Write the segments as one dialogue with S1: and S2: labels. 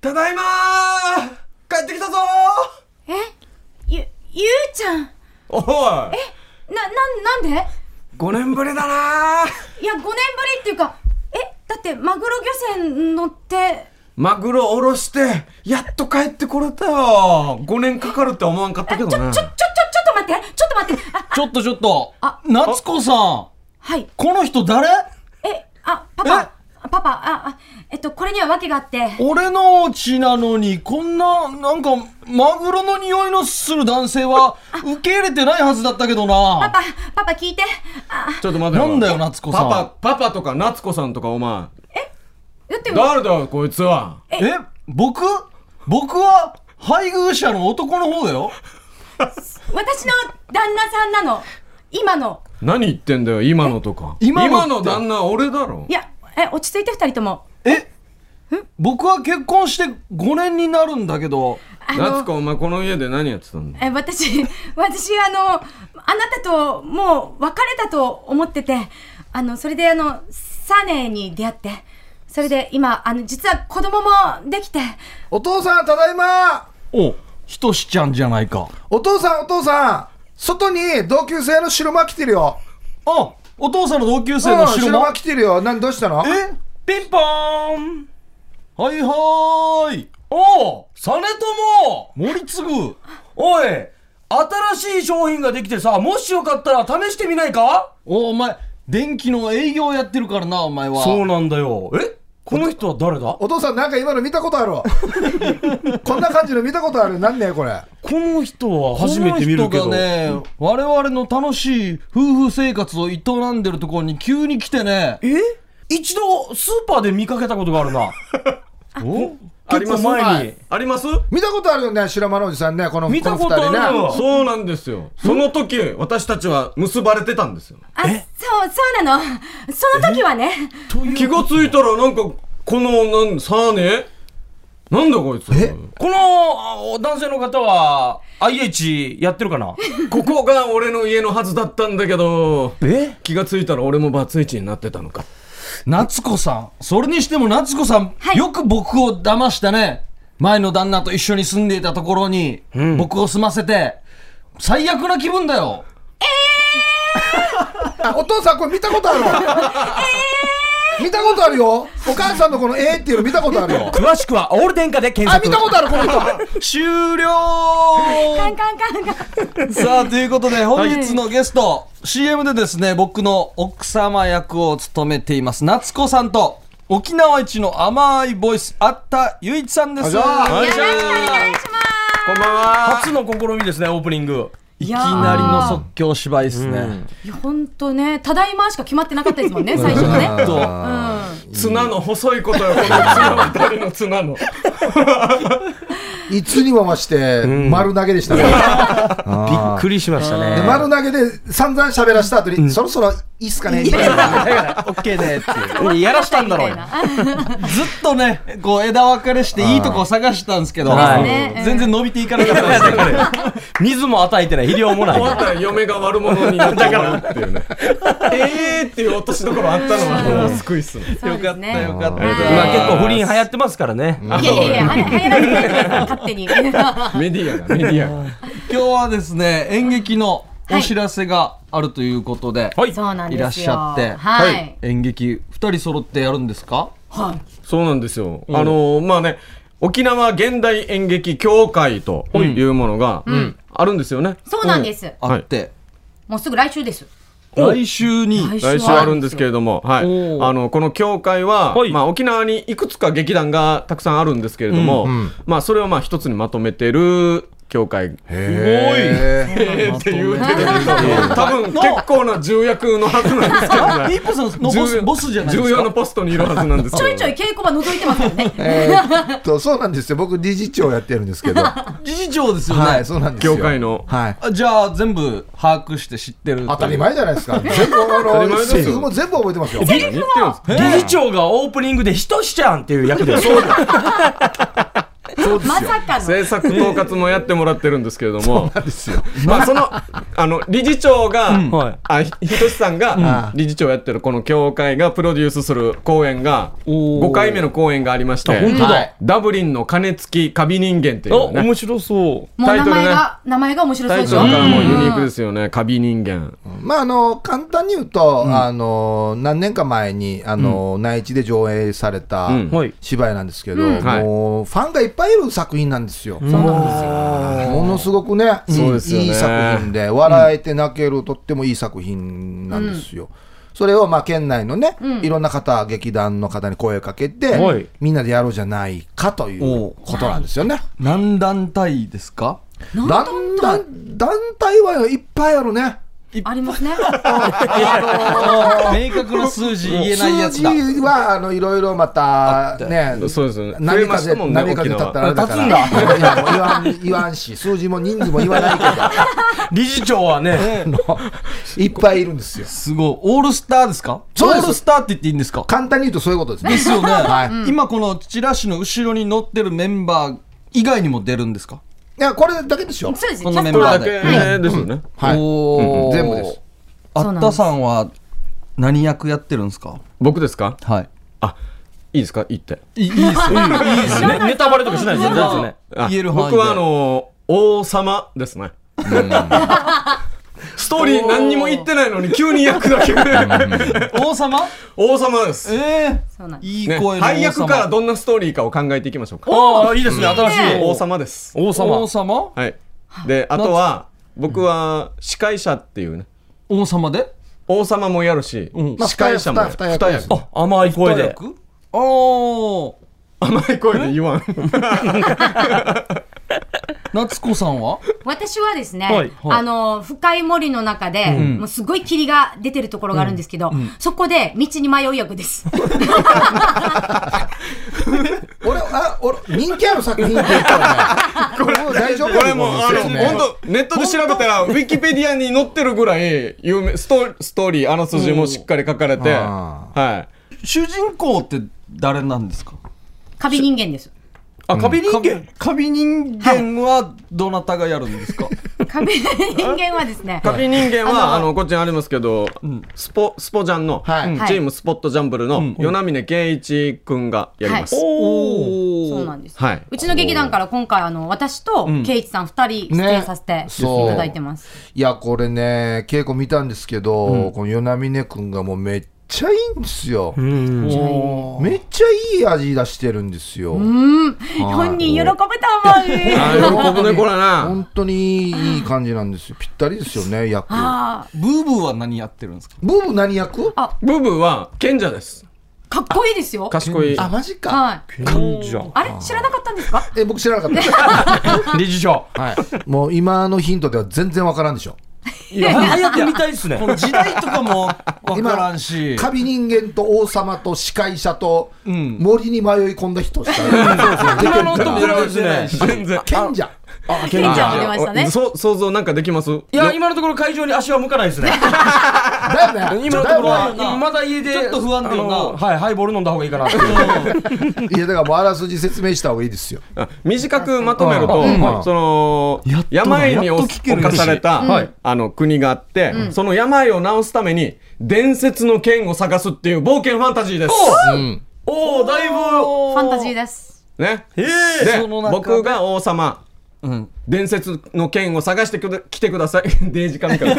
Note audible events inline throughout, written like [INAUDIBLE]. S1: ただいまー帰ってきたぞ
S2: えゆ、ゆうちゃん。
S1: ーおい
S2: な、な、なんでいや、
S1: !5 年ぶりだなー
S2: 5年ぶりっていうか、え、だって、マグロ漁船乗って、
S1: マグロおろして、やっと帰ってこれたよ !5 年かかるって思わんかったけど
S2: ちょ、ちょ、
S1: ね
S2: ちょ、ちょ、ちょ。っと待って、ちょっと待って、あ、
S3: ちょっとちょっと
S2: あ。
S3: 夏子さん。
S2: はい。
S3: この人誰
S2: え、あ、パパ、あパパ、あ、あ、えっと、これには訳があって、
S3: 俺の血なのに、こんな、なんか、マグロの匂いのする男性は、受け入れてないはずだったけど
S2: パ
S3: な。
S2: パ、パパ聞いて、あ、
S1: ちょっと待
S3: なんだよ夏子さん
S1: パパ、パパとか夏子さんとかお前。
S2: だって、
S1: 誰だよ、こいつは。
S3: え僕僕は、配偶者の男の方だよ。
S2: 私の旦那さんなの。今の。
S1: 何言ってんだよ、今のとか。
S3: 今のって
S1: の旦那、俺だろ
S2: い。や、え、落ち着いて二人とも。
S3: え僕は結婚して5年になるんだけど、
S2: あ
S1: 夏
S2: の、
S1: 子、お前この家で何やってたんだ
S2: え私、 [LAUGHS] 私、あの、あなたともう別れたと思ってて、あの、それであの、サネに出会って、それで今、あの、実は子供もできて、
S4: お父さん、ただいま
S3: お、ひとしちゃんじゃないか。
S4: お父さん、お父さん外に同級生の白間来てるよ。
S3: あ、お父さんの同級生
S4: う
S3: の
S4: ん
S3: 白
S4: 白
S3: 間
S4: 間来。てるよ。何、どうしたの
S3: えピンポーンはいはーい
S5: おう、実朝
S3: 森次
S5: おい、新しい商品ができてさ、もしよかったら試してみないか
S3: おお前、電気の営業やってるからな、お前は。
S5: そうなんだよ。えこの人は誰だ
S4: お父さん、なんか今の見たことあ
S5: [LAUGHS]
S4: るこんな感じの見たことある。なんねこれ。
S5: この人は初めて見るけど。
S3: この人がね、我々の楽しい夫婦生活を営んでるところに急に来てね。
S5: え一度スーパーで見かけたことがあるな。
S3: お
S1: あり
S5: 結
S1: ま
S5: 構
S1: す
S5: 前に。
S1: あります
S4: 見たことあるよね、白間のおじさんね。この
S5: 見たこと
S4: の二人
S5: あるわ
S1: そうなんですよ。その時、私たちは結ばれてたんですよ。
S2: あ、そう、そうなの。その時はね、
S1: 気がついたら、なんか、この、なん、さあねなんだこいつ。
S5: このあ男性の方は IH やってるかな
S1: ここが俺の家のはずだったんだけど、
S3: え
S1: 気がついたら俺もバツイチになってたのか。
S3: 夏子さん。それにしても夏子さん、
S2: はい
S3: よく僕を騙したね。前の旦那と一緒に住んでいたところに、僕を住ませて、最悪な気分だよ。
S4: あお父さん、これ見たことあるわ。見たことあるよ。お母さんのこのえーっていうの見たことあるよ。
S5: 詳しくはオール電化で検
S4: あ、見たことある、この人。
S3: 終了
S2: カンカンカンカン。
S3: さあ、ということで、本日のゲスト、CM でですね、僕の奥様役を務めています、夏子さんと、沖縄一の甘いボイス、あったゆいちさんです。
S1: よい
S2: よろ
S1: し
S2: しく
S1: ょ
S2: お願いします。
S1: こんばんは。
S5: 初の試みですね、オープニング。
S3: いきなりの即興芝居ですね。
S2: いや、ほんとね、ただいましか決まってなかったです
S3: [LAUGHS]
S2: もんね、最初はね。
S3: ちょっと
S2: う
S3: [LAUGHS]
S2: ん。
S1: 綱の細いことよ、この綱の二人の綱の。
S4: いつにも増して、丸投げでしたね。
S5: びっくりしましたね
S4: で丸投げで散々喋らした後に、そろそろいいっすかね、みたいな。
S3: OK でっていう。
S5: やらしたんだろう
S2: み
S5: よ
S2: たいな。
S3: ずっとね、こう枝分かれしていいとこ探したんですけど、
S5: はい
S3: 全然伸びていかなかったんですよ。
S5: [LAUGHS] 水も与えてない、肥料もない
S1: 終。わったら嫁が悪者になってもらうっていうね。えーっていう落としどころあったのは、もう救いっすね。
S2: そうですね
S3: よかった
S2: は
S3: よ
S2: い
S3: かっ
S5: 今結構不倫流行ってますからね。
S2: いやいやいや、はやらせて勝
S3: [LAUGHS]
S2: 手に。
S1: メディアが、メディアが。
S3: た。今日はですね、演劇のお知らせがあるということで、
S5: はい。
S2: そうなんですよ。
S3: いらっしゃって
S2: はい。
S3: 演劇2人揃ってやるんですか
S2: はい。
S1: そうなんですよ。あのまあね、沖縄現代演劇協会というものがあるんですよね。
S2: そうなんです。
S3: あって、
S2: もうすぐ来週です。
S3: 来週に
S1: 来週あるんですけれども、はい、
S3: おー
S1: あのこの協会は、
S5: はい
S1: まあ、沖縄にいくつか劇団がたくさんあるんですけれども、まあ、それをまあ一つにまとめてる協会
S4: へー
S1: って言うてるけど多分
S3: の
S1: 結構な重役のはずなんですけどね
S3: あ [LAUGHS] 一歩さんのボスボスじゃないで
S1: 重
S3: す
S1: 要な
S3: か
S1: ポストにいるはずなんですけ
S2: ち
S1: ど
S2: ょいちょい稽古場覗いてますよね。[LAUGHS]
S4: えーっと、 [LAUGHS] そうなんですよ。僕、理事長やってるんですけど。は
S3: 理事長ですよね、
S4: い、そうなんですよ。
S1: 協会の
S4: はい。
S3: あじゃあ全部把握して知ってる
S4: 当たり
S3: という
S4: 前じゃないですか。全部、あ
S1: 当たり前
S4: の、
S1: ですよ
S4: セリフも全部覚えてますよ。
S1: 何言ってるんですか
S5: 理事長がオープニングでひとしちゃんっていう役で。そうだ。
S4: そうです
S2: ま
S4: よ。
S2: さかの。
S1: 政策統括もやってもらってるんですけれども、
S4: ですよ。
S1: まあそのあの理事長が、
S5: はい
S1: あひひとしさんが理事長やってるこの協会がプロデュースする公演が
S5: おー
S1: 5回目の公演がありまして、
S5: あ本当だ
S1: はいダブリンの鐘付きカビ人間ってい
S5: あ、
S1: うね。
S5: 面白そう。
S2: もう名
S1: タイトル
S2: 前
S1: ね
S2: が、名前が面白そう
S1: タイ
S2: でし
S1: ト
S2: ょ。
S1: ルからもうユニーク
S2: うん
S1: ですよね、カビ人間。
S4: まああの簡単に言うと、あの何年か前にあの、内地で上映された
S1: うん
S5: はい
S4: 芝居なんですけど、
S2: うん
S1: はい
S4: もうファンがいっぱいいる作品なんですよ。
S2: そうなんですよ。
S4: ものすごくね、うん
S1: そうですよね
S4: いい作品で笑えて泣ける、とってもいい作品なんですよ。それをまあ県内のね、いろんな方劇団の方に声をかけて、
S5: はい
S4: みんなでやろうじゃないかということなんですよね。
S3: 何団体です
S5: [LAUGHS]
S3: か
S4: 団団団体はいっぱいあるね。
S2: ありますね。
S3: 明確な数字言えないやつだ。
S4: 数字はあのいろいろまたね、
S1: そうですよね。増え
S4: 何
S1: ま
S4: か
S1: した
S4: で
S1: もんね、
S4: 何か
S1: 沖
S4: で立ったら
S1: 縄。
S4: あれだから。いやもう言わん言わんし、数字も人数も言わないけ
S3: [LAUGHS]
S5: 理事長はね、
S4: [LAUGHS] ど、いっぱいいるんですよ。
S3: すごい。オールスターですか
S4: そうです
S3: オールスターって言っていいんですか
S4: 簡単に言うとそういうことですね。
S3: ですよね。
S4: [LAUGHS] はい。
S3: 今このチラシの後ろに載ってるメンバー以外にも出るんですか
S4: いやこれだけでしょ。
S1: [LAUGHS]
S2: そうです。キ
S3: こ
S2: ャ
S3: のメ
S2: ス
S3: ン
S1: こ
S2: ト
S1: れ
S3: バ
S2: は
S1: だ
S3: ー
S1: けで
S3: で。
S1: すよね。
S4: はい。
S3: おー
S4: 全部です。
S3: あったさんは何役やってるんですか
S1: 僕ですか
S3: はい。
S1: あ、いいですか言って。
S3: いいいですよ。いいです
S5: ねネタバレとかしないですよ。
S3: じゃあ
S5: 全然ね
S1: あ
S3: 言える範囲で
S1: 僕はあの王様ですね。ストーリー何にも言ってないのに急に役だけ
S3: 王様
S1: [LAUGHS] 王様です。
S3: え
S2: そうなん
S3: え。
S2: で
S3: いい
S1: ね、
S3: 声の王様。
S1: 配役からどんなストーリーかを考えていきましょうか。
S5: ああ、いいですね、新しい。
S1: 王様です。
S5: 王
S3: 王
S5: 様。
S3: 様
S1: はい。で、あとは僕は司会者っていうね、
S3: 王様で
S1: 王様もやるし、
S4: まあ
S1: 司会者もやる
S4: 二役
S1: 二役
S5: あ、甘い声で。
S3: 役おー。
S1: 甘い声で言わん。
S3: 夏子さんは
S2: 私はですね、
S5: はいはい
S2: あの深い森の中で、もうすごい霧が出てるところがあるんですけど、そこで道に迷い
S1: [LAUGHS]
S2: 役です。
S4: 俺あ俺人気ある作品って言ったらね。これ大丈
S1: [LAUGHS]
S4: 夫
S1: これもう [LAUGHS] あの
S4: ですね
S1: 本当ネットで調べたらウィキペディアに載ってるぐらい有名ストストーリーあの筋もしっかり書かれて、
S4: うん
S1: はい。
S3: 主人公って誰なんですか
S2: カビ人間です。
S1: あ、カビ人間。
S3: カビ人間はどなたがやるんですか
S2: カビ人間はですね、
S1: カビ人間は、あの、こっちにありますけど、スポ、スポジャンの、
S4: はい
S1: うんチームスポットジャンブルの、与那峰圭一くんがやります。
S2: は
S3: お
S2: そうなんです。
S1: はいう
S2: ちの劇団から今回あの私とケイチさん二人出演させて
S4: ね
S2: いただいてます。
S4: いやこれね稽古見たんですけど、この与那峰君がもうめっちゃいいんですよ、めっちゃいい味出してるんですよ、
S2: 本人喜ぶと思う。
S1: [LAUGHS] あー、喜ぶね、これな。
S4: 本当にいい感じなんですよぴったりですよね役
S2: あ
S3: ブーブーは何やってるんですか
S4: ブーブー何役
S2: あ
S1: ブブは賢者です。
S2: ーかっこいいですよ。はい。
S1: 賢い。
S4: あマジか
S2: あれ知らなかったんですか？
S4: え僕知らなかった、
S5: [LAUGHS] 理事長。
S4: はい、 [LAUGHS] もう今のヒントでは全然わからんでしょ
S5: いや、早く見たいっすね。
S3: この時代とかもわからんし
S4: カビ人間と王様と司会者と
S3: ん
S4: 森に迷い込んだ人しか出てる
S5: のところですね
S1: 全然。
S4: 賢者
S2: ケイチさんも出ましたね。
S1: そう、想像なんかできます
S5: いや、今のところ会場に足は向かないですね。
S4: だよね
S5: [LAUGHS] 今のところ
S4: だよね
S5: は、まだ家で。ち
S3: ょっと不安定な
S5: はい、ハイボール飲んだ方がいいかなっていう。
S4: いやだからもうあらすじ説明した方がいいですよ
S1: あ短くまとめると、
S4: うん
S1: その
S3: やっとだ
S1: 病に
S3: やっ
S1: お
S3: と聞ける
S1: 侵された、
S5: はい
S1: あの国があって、その病を治すために伝説の剣を探すっていう冒険ファンタジーです。
S5: おお、だいぶ。
S2: ファンタジ
S1: [LAUGHS]
S2: ーです。
S1: ね、で
S3: その中で
S1: 僕が王様
S3: うん
S1: 伝説の剣を探してくだ来てください [LAUGHS] デイジ神から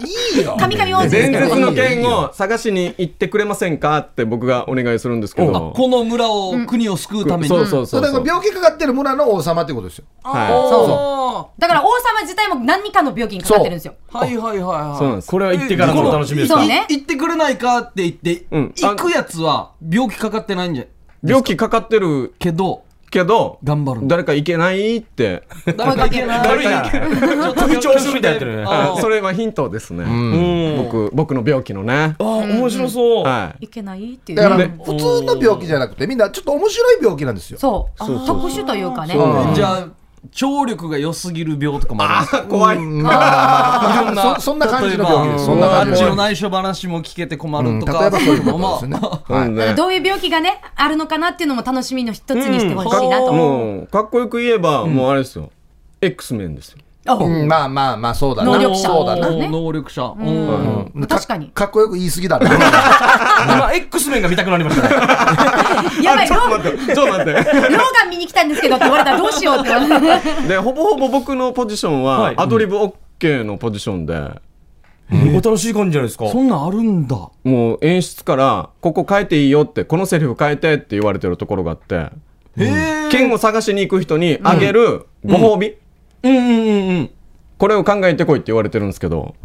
S4: いいよ
S2: 神々王子です
S1: 伝
S2: けど
S1: 説。の剣を探しに行ってくれませんかって僕がお願いするんですけ
S3: あ
S1: ど
S3: この村を国を救うために
S1: そうそうそ
S4: そううだか
S1: そ
S4: ら
S1: う、
S4: 病気かかってる村の王様ってことですよ。
S1: は
S4: そう
S2: だから王様自体も何かの病気にかかってるんですよ。
S3: はいはいはいはい
S1: いそうなんです
S5: これは行ってからのお楽しみです
S2: そ
S5: か
S2: う。ね
S3: い行ってくれないかって言って、
S1: うんあ
S3: 行くやつは病気かかってないんじゃ
S1: 病気かかってる
S3: けど
S1: けど
S3: 頑張る
S1: 誰か行けないって
S3: 誰か行けない
S5: 軽いな。 [LAUGHS] 首調子みたいなやってるね。あ
S3: あー
S1: それはヒントですね、
S5: ん
S1: 僕僕の病気のね
S5: あ、面白そう。
S1: はい
S2: いけないっていう。
S4: だから
S1: ね
S4: 普通の病気じゃなくて、みんなちょっと面白い病気なんですよ。
S2: そう、特殊というかね。
S1: そう
S3: じゃあ聴力が良すぎる病とかもあるんですか
S1: 怖い。
S3: いろんな
S4: そそんな感じの病気です
S3: 例えば
S4: そんな感じ
S3: あっ
S4: の
S3: ちの内緒話も聞けて困
S4: うん
S3: る
S4: 例
S3: と
S4: え
S3: か、
S4: ばそういうことですね。は
S1: う
S4: い
S1: ん
S2: だか
S1: ね
S2: らどういう病気がね、あるのかなっていうのも楽しみの一つにしてほしいなと思う。
S1: もう、かっこよく言えば、もうあれですよ。X メンですよ。
S4: うんまあまあまあ、そうだな。
S2: 能力者
S4: そうだな。
S2: ね
S3: 能力者、う
S1: う
S3: ん
S1: ん
S4: うん
S2: 確かに
S4: かっこよく言い過ぎだろ。
S5: 今 X 面が見たくなりましたね
S2: やばい、
S1: ち
S2: ロ
S1: ょっと
S2: ー
S1: 待って、ちょっと待って。
S2: ローガン見に来たんですけどって言われたらどうしようって言われ
S1: [LAUGHS]
S2: て。
S1: でほぼほぼ僕のポジション
S5: は
S1: はいアドリブ OK のポジションで、
S5: お楽しい感じじゃないですか
S3: そんなんあるんだ
S1: もう演出から「ここ変えていいよ」って「このセリフ変えて」って言われてるところがあって剣を探しに行く人にあげるご褒美、
S3: うんうんうんうん
S1: これを考えてこいって言われてるんですけど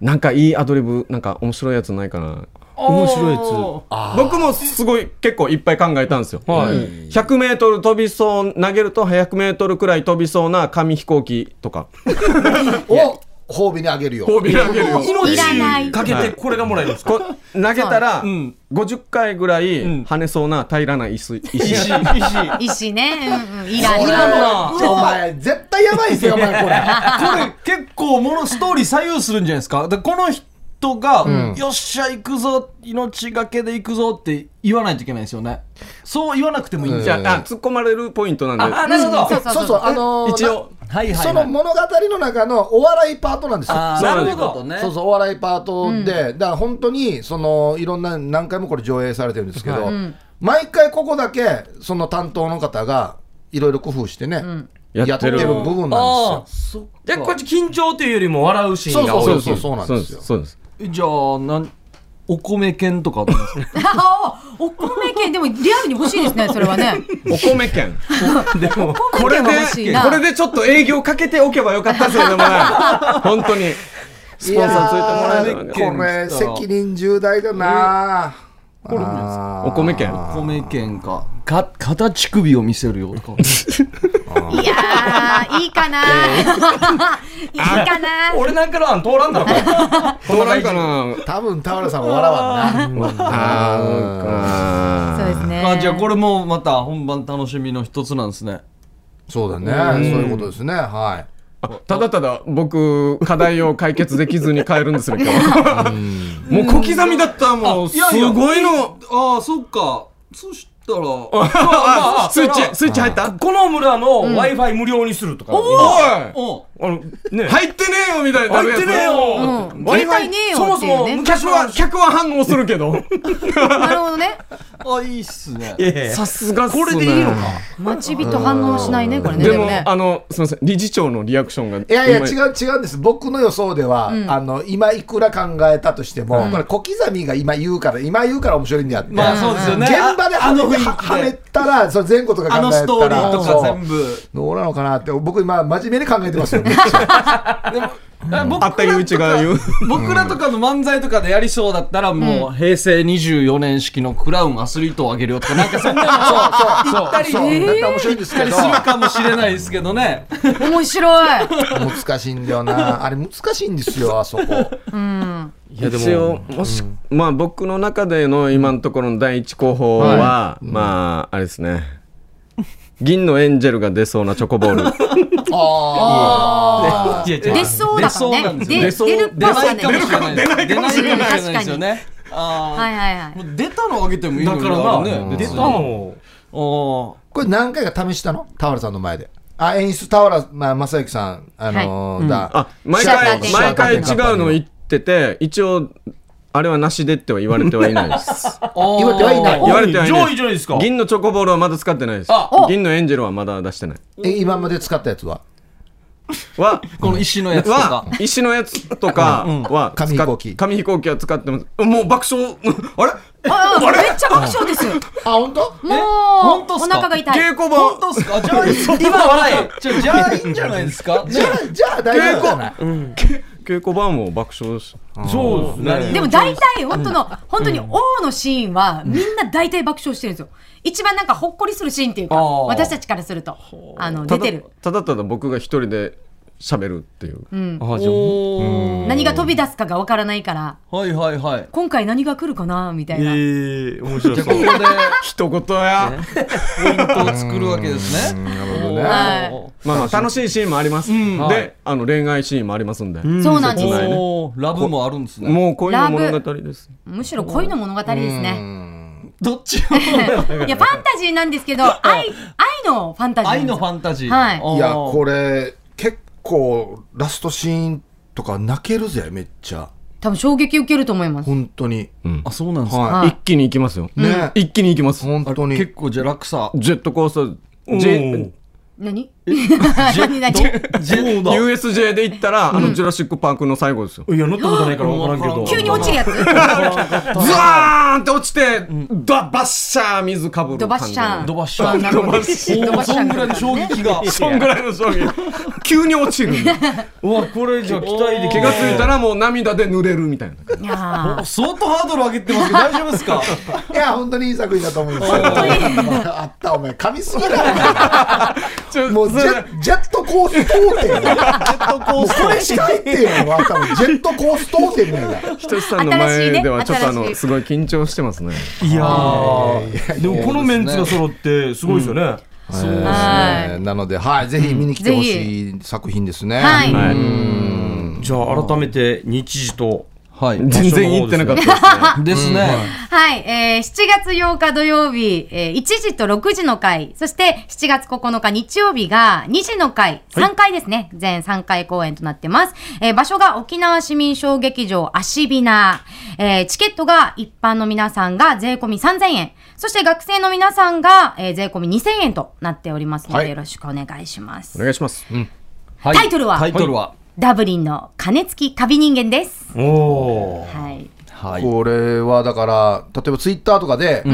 S1: なんかいいアドリブなんか面白いやつないかな
S5: 面白
S1: 僕もすごい結構いっぱい考えたんですよ、
S5: は
S1: 1
S5: い
S1: 0 0ル飛びそう投げると1 0 0ルくらい飛びそうな紙飛行機とか
S4: を褒美にあげるよ。
S1: 褒美にあげるよ
S2: いらない
S5: いつ。かけてこれがもらえるんですか
S1: こ投げたら
S3: ん
S1: 50回ぐらい
S3: ん
S1: 跳ねそうな平らな椅
S3: [LAUGHS]
S1: 子石
S3: 石石
S2: 石ね、うんうん、いらない。
S3: な
S4: お前、絶対やばいぜ、お前、これ。
S3: これ結構ものストーリー左右するんじゃないですかでこの人が、よっしゃ行くぞ命がけで行くぞって言わないといけないですよねそう言わなくてもいいん
S1: じ
S3: じ
S1: ゃ
S3: ゃ
S1: あ
S3: ん、
S1: あ突っ込まれるポイントなんで
S3: あなるほど、
S2: うんそう
S4: そうそう、あのー
S1: 一応
S3: はいはい、はい、
S4: その物語の中のお笑いパートなんですよ。
S3: あー
S1: そう
S3: な
S1: なんで
S3: る
S1: す
S3: ほどね
S4: そうそうお笑いパートで、だから本当にそのいろんな何回もこれ上映されてるんですけど、毎回ここだけその担当の方がいろいろ工夫してね、や
S1: や
S4: っ
S1: って
S4: て
S1: る
S4: る部分なん
S5: ああ
S4: です
S5: そっかでこっち緊張というよりも笑うシー
S4: よ。
S5: ンが
S4: そう
S5: 多い
S4: そうそうそうそうなん
S1: そう
S4: で
S1: です
S4: よ
S1: す。そうです
S3: じゃあなんお米券とかどうですか
S2: あおお米券、でもリアルに欲しいですね、それはね。
S1: お米券でも
S2: お
S1: こ
S2: 米
S1: れ
S2: 券
S1: で
S2: は欲しいな
S1: これでちょっと営業かけておけばよかったですよでもね本当にスポンサーついてもらえるのが
S4: いやーこれ責任重大だな、これ
S1: お米券
S3: お米券かか片乳首を見せるよとか
S2: いやー、いいかな。いいかな。
S5: 俺なんかの案通らんだろこれ
S1: どうなんかな
S4: 多分田原さん笑わんな、
S1: あ
S2: そうですね。
S3: あじゃあこれもまた本番楽しみの一つなんですね
S4: そうだね、そういうことですねは
S1: ーただただ僕課題を解決できずに帰るんですよ今日もう小刻みだったもうすごいの
S3: ああそっかそしたら
S1: あスイッチスイッチ入った
S5: この村の w i f i 無料にするとか
S1: おい
S3: お
S5: あのね
S1: 入ってねえよみたいな。
S5: 入ってねえよ
S2: うん、携帯ねえよ
S5: そも
S2: っ
S5: そ
S2: ていう
S5: も
S2: ね。
S5: 昔
S1: 客は、
S5: は
S1: 客は反応するけど。
S2: なるほどね。
S3: あいいっすね
S1: さすが
S5: これでいいのか
S2: 待ち人反応しないね、これね。
S1: でも、
S2: ね。
S1: あの、すみません、理事長のリアクションが。
S4: いいやいや違
S1: う。
S4: う違うんです僕の予想では、あの今いくら考えたとしても、これ小刻みが今言うから今言うから面白いんであって、
S3: まあそうですよね
S4: 現場で
S3: あ
S4: は
S3: あ
S4: め
S3: の雰囲気で
S4: はめたらその前後とか考えたら
S3: あのストーリーと
S4: そう
S3: か全部
S4: どうなのかなって僕今真面目に考え
S3: [LAUGHS]
S4: てますよね
S3: 僕
S1: あったゆういちが言う。
S3: 僕らとかの漫才とかでやりそうだったらもう平成24年式のクラウンアスリートをあげるよとかなんかそんなの
S4: そう
S3: ったり
S4: そう
S3: えー
S4: だったら面白いんですけど
S3: するかもしれないですけどね
S2: 面白い。
S4: 難しいんだよなあれ難しいんですよあそこ
S5: いやでも
S1: 一応、もし、まあ、僕の中での今のところの第一候補は、まあ、あれですね。銀のエンジェルが出そうなチョコボール。
S4: ああ
S5: いや違う
S2: 出そうだからね。
S3: 出
S2: で
S1: そう
S2: 出るっぽ
S3: 出な
S2: さ
S3: い
S2: ね
S3: か。もしれない出ないかもしれないですよね
S2: は
S3: あ
S2: いはいはい
S3: あ。もう出たのあげてもいいの
S5: だ
S3: に
S5: から
S3: あれ
S5: な
S3: ね
S5: 出た
S3: あ
S5: の
S3: あ
S4: これ何回か試したの田原さんの前であ演出田原まあ正行さんあのーだ
S1: あ、毎
S2: シャ
S1: 回
S2: ーカーテ、ン
S1: 毎回違
S4: シャーカーテン
S1: うの言ってて、一応。あれはなしでっては言われてはいないです。
S4: 言われてはいない
S1: 言われてはいない
S5: 上位じゃないですか
S1: 銀のチョコボールはまだ使ってないです
S5: あ。
S1: 銀のエンジェルはまだ出してない。
S4: え今まで使ったやつは
S1: は、
S3: この石のやつと
S1: は
S3: か
S1: 石のやつとかは
S4: 紙飛行機
S1: 使っ紙飛行機は使ってますもう爆笑 [LAUGHS] あれ
S2: ああ、めっちゃ爆笑です。
S4: あ本当
S2: もう
S3: 本当っ
S2: お
S3: すか
S2: 腹が痛い。
S1: 稽古
S3: 本
S1: 場
S3: 当ですかじゃあいい今笑えじゃあじゃあいいんじゃないですかね
S4: じゃあ [LAUGHS] じゃあ大丈夫じゃない
S1: 稽古場も爆笑し
S5: そうですね
S2: でも大体本当の本当に王のシーンはみんな大体爆笑してるんですよ。一番なんかほっこりするシーンっていうか
S3: あー
S2: 私たちからするとあの
S1: た
S2: 出
S1: だ
S2: てる。
S1: ただただ僕が一人で喋るっていう。
S3: あじゃあ
S5: おー
S2: 何が飛び出すかがわからないから
S3: はいはいはい
S2: 今回何が来るかなみたいな、
S5: ええ面白
S3: じゃあ
S5: そ
S3: ここ
S5: う
S3: で
S1: 一言や。
S3: ポイントを作るわけですね
S4: なるほど
S3: お
S4: ね。
S2: はい
S3: ー
S1: まあまあ楽しいシーンもあります。
S3: は
S1: で
S3: い、
S1: あの恋愛シーンもありますんで。
S2: そうなんです
S1: 切ないね
S3: おーラブもあるんですね。
S1: もう恋の物語です。
S2: むしろ恋の物語ですね
S3: どっちも
S2: いやファンタジーなんですけど愛愛のファンタジー
S3: 愛のファ
S2: ン
S3: ンタジー。
S2: はい
S3: おー
S4: いや、これ、結構、ラストシーンとか泣けるぜ、めっちゃ。
S2: 多分衝撃受けると思います
S4: 本当に。
S3: あそうなんですか。
S4: は
S2: はい
S1: 一気に行きますよ。
S4: ね
S1: 一気に行きます
S4: い。。本当に。
S3: 結構じゃあ落差。
S1: ジェットコースター、ジェ
S2: 何
S3: ジェ
S2: [LAUGHS] 何
S3: ッ
S2: 何
S3: トジェット
S1: USJ で行ったら、あのジュラシック・パークの最後ですよ。
S5: いや乗ったことないから分からんけど
S2: 急に落ちるやつ
S1: ズワーンって落ちて、ドバッシャー水かぶ
S2: ド
S1: る
S2: バ
S1: 感
S2: ッ
S1: じ。
S2: シャン
S3: ドバッシャン。
S2: なるほど
S3: おーそんぐらいの衝
S2: [LAUGHS]
S3: 撃が。
S1: そんぐらいの衝撃。急に落ちるんだ。
S5: うわこれじゃあ期待でき
S1: 気がついたらもう涙で濡れるみたいな。
S2: いやー
S3: 相当ハードル上げてますけど大丈夫で
S2: [LAUGHS]
S3: すか。
S4: いや、本当にいい作品だと思うんですけど。 [LAUGHS] あった、お前、噛みすぎだろ。もうジェ、 [LAUGHS] ジェットコーストーテル。ジェットコースト。これしか言ってよ、頭ジェットコーストーテルなんだ。
S1: ひとしさんの前ではちょっとあ
S2: 新しい
S1: の
S2: ね
S1: すごい緊張してますね。
S5: いやーでもこのメンツが揃ってすごいですよね
S4: そうです
S2: は
S4: ね。なので、はい、ぜひ見に来てほしい作品ですね。
S2: はい、
S1: はい
S5: じゃあ改めて日時と
S3: はい。
S1: 全然行ってなかったですね。
S3: ですね。
S2: はい、えー7月8日土曜日、えー1時と6時の回、そして7月9日日曜日が2時の回、3回ですね、全3回公演となってます。えー場所が沖縄市民小劇場アシビナ、えーチケットが一般の皆さんが税込み3000円、そして学生の皆さんが、えー税込み2000円となっておりますので、
S4: はい
S2: よろしくお願いします
S1: お。願いします。
S3: は
S2: タイトルは
S3: タイトルは。
S2: ダブリンの金付きカビ人間です。
S5: お
S2: はい。
S3: はい。
S4: これはだから例えばツイッターとかで、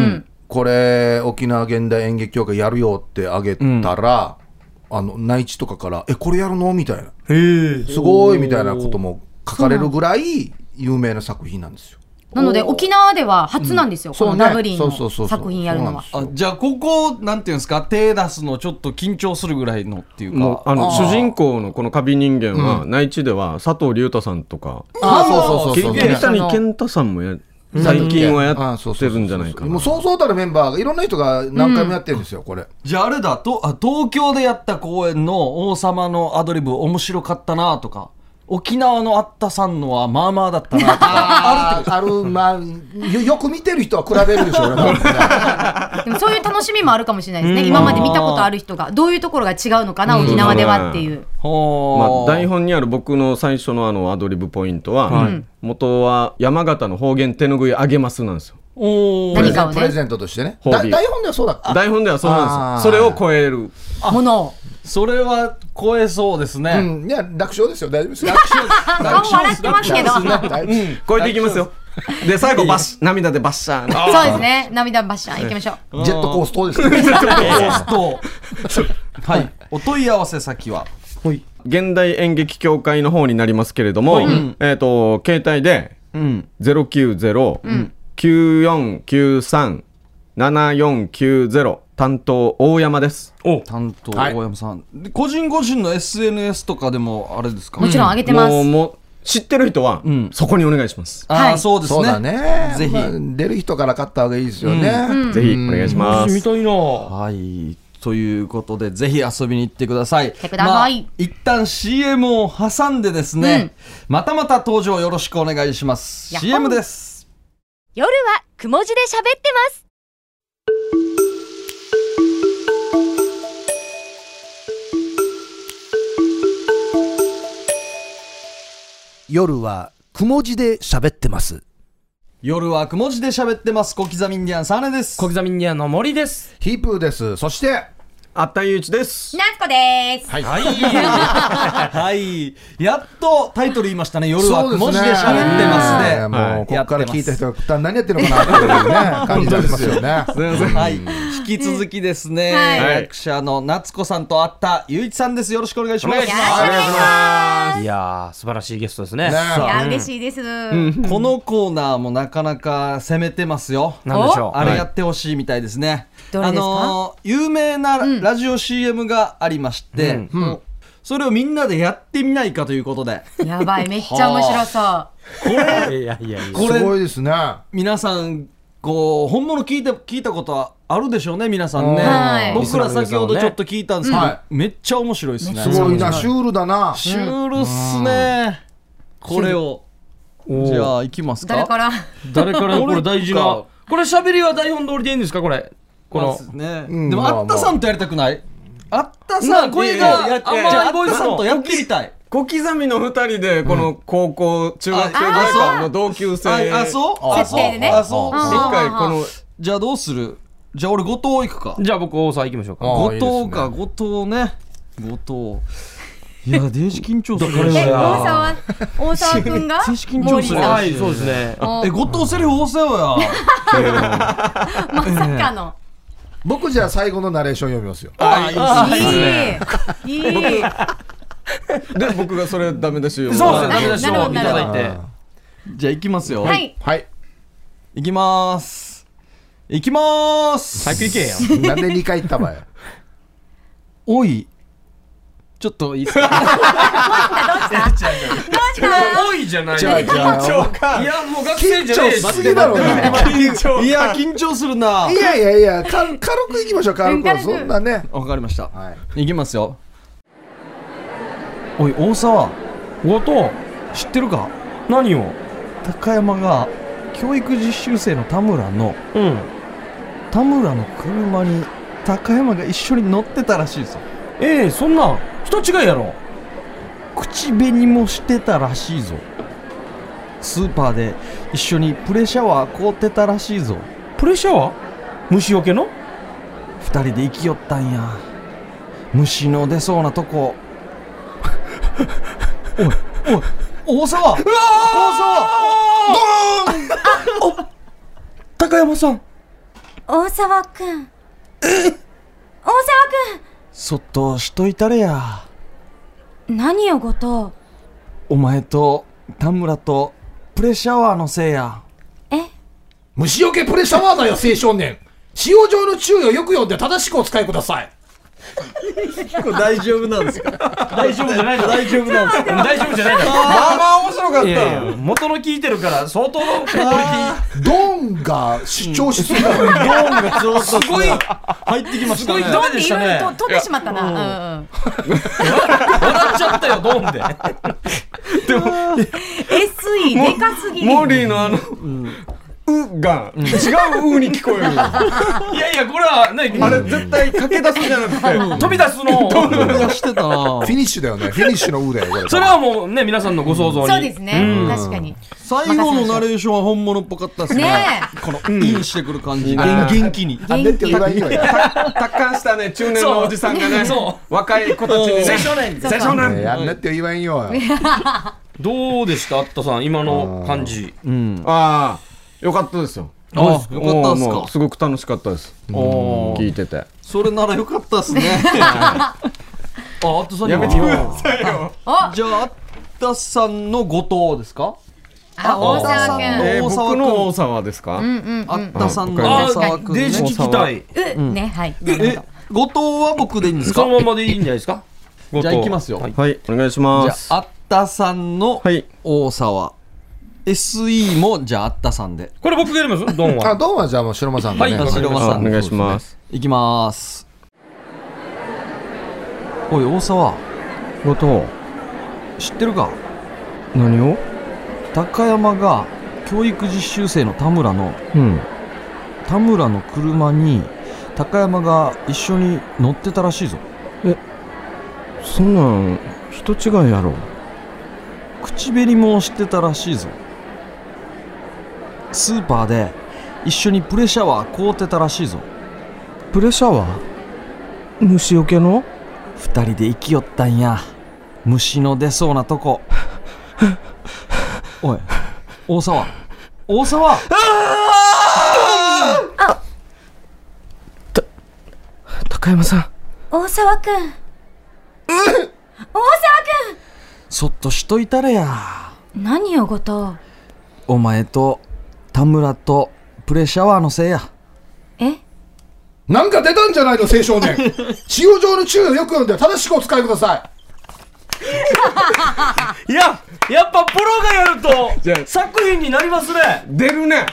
S4: これ沖縄現代演劇協会やるよってあげたら、あの内地とかから「えこれやるの?」みたいな
S5: へえ
S4: すごいみたいなことも書かれるぐらい有名な作品なんですよ。
S2: なので沖縄では初なんですよ、こ
S4: そう
S2: の
S4: ね
S2: ダブリン
S4: そ
S2: の
S4: うそうそうそう
S2: 作品やるのは。
S3: あじゃあここなんていうんですか手出すのちょっと緊張するぐらいのっていう
S1: もう
S3: か。
S1: あの主人公のこのカビ人間は内地では佐藤隆太さんとか
S4: あそうそうそう
S1: 桐谷健太さんもや最近はやってるんじゃないか
S4: も
S1: な
S4: う。そうそうたるメンバーがいろんな人が何回もやってるんですよ、これ。
S3: じゃああれだとあ東京でやった公演の王様のアドリブ面白かったなとか沖縄のあったさんのはまあまあだったな [LAUGHS] とか
S4: あるあるまあよよく見てる人は比べるでしょうね多分ね。
S2: でもそういう楽しみもあるかもしれないですね。今まで見たことある人が、どういうところが違うのかな、沖縄ではっていう。
S1: ま
S3: ほ
S1: あ、
S3: ー
S1: 台本にある僕の最初のあのアドリブポイントは元は山形の方言手ぬぐいあげますなんですよ。
S3: おー
S2: 何かを
S4: プ
S2: ね、
S4: レゼントとしてね。
S1: 褒
S4: だ
S1: 美
S4: 台本ではそうだ。あ
S1: 台本ではそうなん
S4: あー
S1: ですよ。それを超える。
S2: ものを。
S3: それは超えそうですね、
S4: うん、いや、楽勝ですよ、大丈夫ですよ。
S2: 顔笑ってますけど。そう
S4: 大丈夫です
S1: 超えていきますよ。で最後バッシ涙でバッシャーな。
S2: ですね。涙バッシャン、行きましょう。
S4: ジェットコーストですね。
S3: とはいお問い合わせ先は
S1: 現代演劇協会の方になりますけれども、えっ、と携帯で
S3: うん
S1: 090-9493-7490担当大山です。
S5: お
S3: 担当大山さん、で個人個人の SNS とかでもあれですか
S2: もちろん上げてま
S1: もう
S2: す。
S1: もう知ってる人は
S3: ん
S1: そこにお願いします。
S3: あー、
S2: はい
S3: そうですね
S4: そうだね。
S3: ぜひ
S4: まあ出る人から買った方がいいですよね。
S1: ぜひお願いしま
S5: 見
S1: す。
S5: たいな
S3: はいということでぜひ遊びに行ってください。来
S2: てください
S3: 一旦 CM を挟んでですね、またまた登場よろしくお願いします。
S2: やっほー
S3: CM です。
S6: 夜はくも字で喋ってます。
S7: 夜はくも字で喋ってます。
S3: 夜はくも字で喋ってます。小刻みインディアンサネです。
S5: 小刻みにあの森です
S4: ヒープーです。そして、
S1: あったゆういちです。
S2: なつこです。
S4: はい。
S3: はい。やっとタイトル言いましたね。夜は
S4: そ
S3: く
S4: うですね
S3: も字で喋ってますね。
S4: ねも
S1: は
S4: う、
S1: い
S4: ここから聞いた人が、普段何やってるのかなっていうね、感じになりますよね。
S3: はい、引き続きですね、
S2: はい
S3: 役者の夏子さんと会ったゆういちさんです。よろしくお願いします。
S5: お願いします
S2: よろしくお願いしま
S5: いやー素晴らしいゲストですね
S4: ね
S2: す。いや、
S5: うん
S2: 嬉しいです。
S3: このコーナーもなかなか攻めてますよ。
S5: なんでしょう
S3: あれやってほしいみたいですね。
S2: どれですか
S3: あのー有名なラジオ CM がありまして、もうそれをみんなでやってみないかということで、
S2: やばい、めっちゃ面白そう。
S5: いやいやいや。
S3: こ
S5: こ
S8: すご
S3: れ、
S8: いですね。
S3: 皆さん、こう、本物聞いて、聞いたことはあるでしょうね、皆さんね。
S2: はい
S3: 僕ら先ほどちょっと聞いたんですけど、
S8: はい
S3: めっちゃ面白いですね。
S8: すごいな、シュールだな。
S3: シュールっすね。これを、じゃあ行きますか。
S2: 誰から
S5: [LAUGHS] 誰からこれ大事な
S3: こ。
S5: これ喋りは台本通りでいいんですかこれ。この。
S3: ね、
S8: ん
S3: でも、
S8: まあまあ
S3: あったさんとやりたくないあった
S5: ま
S3: さ
S5: あ
S3: ん、これ
S5: いや
S3: が
S5: い、や
S3: あ
S5: やって
S3: まりボイスさんとやってみたい。
S1: 小刻みの二人でこの高校、中学生ぐらいからの同級生
S3: あ、あそうあ、
S2: 設定でね
S3: そうあ、そう。
S2: あ
S1: 一回この
S3: じゃあどうするじゃあ俺後藤行くか
S5: じゃあ僕大沢行きましょうか。
S3: 後藤か後藤ね後藤いやデージ緊張する
S2: え、大沢、大沢くんが
S3: 正式緊張する
S2: モー
S5: は
S2: リ
S5: い、そうですね。
S2: ーさん
S3: え後藤セリフ多せよや
S2: まさかの。
S8: 僕じゃあ最後のナレーション読みますよ。
S2: いい。い
S1: で
S2: い。
S1: 僕がそれダメ出しを
S5: そうですね、ダメ
S2: あ
S5: 出しを
S2: な
S5: い
S2: るほど
S5: ただいて。
S3: [LAUGHS] じゃあ行きますよ
S2: はい。
S8: はい。
S3: 行きまーす行きまーす
S5: 先行け
S8: な
S5: よ。
S8: んで2回言ったばよ。
S3: おいちょっといいですか
S2: どうした
S5: 多いじゃない。い
S8: じゃあ、じゃあ、
S5: や、もう学生じゃねえ
S8: 緊張しすぎだ [LAUGHS] ろうな。
S3: いや緊張するない
S8: やいやいや、か軽くいきましょう、軽
S2: うん
S8: く。
S2: 軽く
S8: そんなね。
S3: わかりました
S8: はい。
S3: 行きますよおい大沢
S5: 後藤、
S3: 知ってるか
S5: 何を
S3: 高山が教育実習生の田村の
S5: うん。
S3: 田村の車に高山が一緒に乗ってたらしいぞ
S5: ええ、そんな、人違いやろ。
S3: 口紅もしてたらしいぞスーパーで一緒にプレシャワー凍ってたらしいぞ
S5: プレッシャーは虫よけの
S3: 二人で生きよったんや虫の出そうなとこおいおい大沢大沢
S5: 高山さん。
S2: 大沢くん。大沢
S3: そっとしといたれや
S2: くん。何よ、後藤。
S3: お前と田村とプレシャワーのせいや
S2: え
S9: 虫よけプレシャワーだよ、青少年。使用上の注意をよく読んで正しくお使いください。
S3: 大丈夫なんですか
S5: 大丈夫じゃないの大丈夫なんです大丈夫じゃない
S3: ま
S5: の
S3: あまあ面白かった
S5: いやいや、元の聞いてるから、相当のクオリティ。
S9: ドンが主張しすぎだろ。
S3: すごい入ってきましたね。
S5: すごい
S2: ドン
S5: ダ
S2: っ
S5: メ
S2: て
S5: で
S2: い
S5: し
S2: ろ
S5: たね
S2: いろと取ってしまったな。うんうん
S5: 笑っちゃったよ、ドンで。
S2: SE でかすぎる。
S1: モーリーのあの「う」が違う「う」に聞こえる
S5: いやいや、これは、ね、
S1: あれ絶対駆け出すんじゃなくて
S5: 飛び出すのを
S3: 出してたな
S8: フィニッシュだよね。フィニッシュのうだよ、これ。
S5: それはもうね、皆さんのご想像に。
S2: そうですね。確かに。
S3: 最後のナレーションは本物っぽかったですね。
S2: ね
S3: この、インしてくる感じ。元気に。
S8: あねって言わんよや。
S1: 達観したね中年のおじさんがね
S5: そ
S1: 若い子たちに
S5: 青
S1: ね
S5: 少年
S2: そうそう
S8: ねあんなって言わんよ。
S5: どうでした、アッタさん、今の感じ。
S1: ああよかったですよ
S3: あ、よかったっす
S1: もう
S3: か。
S1: すごく楽しかったです
S3: お
S1: 聞いてて
S3: それならよかった
S1: [LAUGHS]
S3: っすね。あ、アッタさんに
S1: や
S3: も
S1: めてくださいよ
S2: お
S3: じゃあ、アッタさんの後藤ですか
S2: あ、大沢くん。
S1: えー
S3: 大沢
S1: 僕
S3: 君
S1: の大沢ですか
S2: うんうん
S3: アッタさんの
S5: あ
S3: 大沢
S5: ー、
S3: 君ね
S5: デージ聞きたい。
S2: うん。う、ね、はい。
S3: え、後藤は僕でいいんですか
S5: そのままでいいんじゃないですか。
S3: じゃあ行きますよ。
S5: はい
S1: はいお願いし
S3: じ
S1: ま
S3: ゃ
S1: す
S3: あ、アッタさんの
S1: はい
S3: 大沢。SE も、じゃあ、アッタさんで。
S5: これ僕がやりますドン
S8: あ、
S5: は。
S8: どうもじゃあもう白間さんがね。
S5: はいわかりました
S1: あお願いします
S3: いきまーす。おい、大沢、
S1: 後藤
S3: 知ってるか
S1: 何を
S3: 高山が教育実習生の田村の、
S1: うん
S3: 田村の車に、高山が一緒に乗ってたらしいぞ。
S1: そんなん人違いやろ
S3: 口紅もしてたらしいぞ。スーパーで一緒にプレシャワー凍ってたらしいぞ。
S1: プレシャワー虫よけの
S3: 二人で生きよったんや。虫の出そうなとこ。 [LAUGHS] おい、大沢、大沢
S1: 高山さん
S2: 大沢くん。大沢
S3: そっとしといたれや。
S2: くん。何よ、後藤。
S3: お前と田村とプレシャワーのせいや。
S2: え
S9: なんか出たんじゃないの、青少年。使用上の注意をよく読んで正しくお使いください。
S5: いや、やっぱプロがやる
S1: じゃ
S5: と
S1: あ
S5: 作品になりますね。
S1: 出るね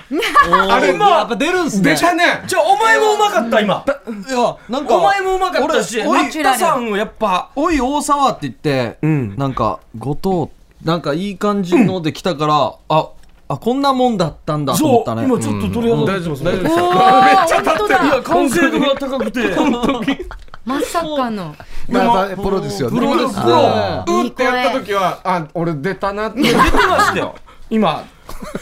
S3: あれ、まあ、やっぱ出るんすね。
S1: 出たね
S5: じゃあ、お前もうまかった、今。
S3: いや、なんか、
S5: お前もうまかったし、
S3: 俺おい
S5: 堀田さんもやっぱ、
S3: おい、大沢って言って、
S5: ん
S3: なんか、後藤、なんかいい感じので来たから、あ、あ、こんなもんだったんだと思
S5: そ
S3: った
S5: う、
S3: ね。
S5: 今ちょっと取り上が
S1: 大
S5: って
S1: 丈夫で
S5: ま
S1: すす
S5: ね。
S1: 大丈夫です
S2: お
S1: か
S2: ー本当
S5: いや、
S2: だ
S5: 完成度が高くて。
S2: まさかの
S4: まあ、プロですよね。
S5: プロです、プロ。
S2: いいう
S1: ってやった時はあ俺出たなって
S5: 出てましたよ。今、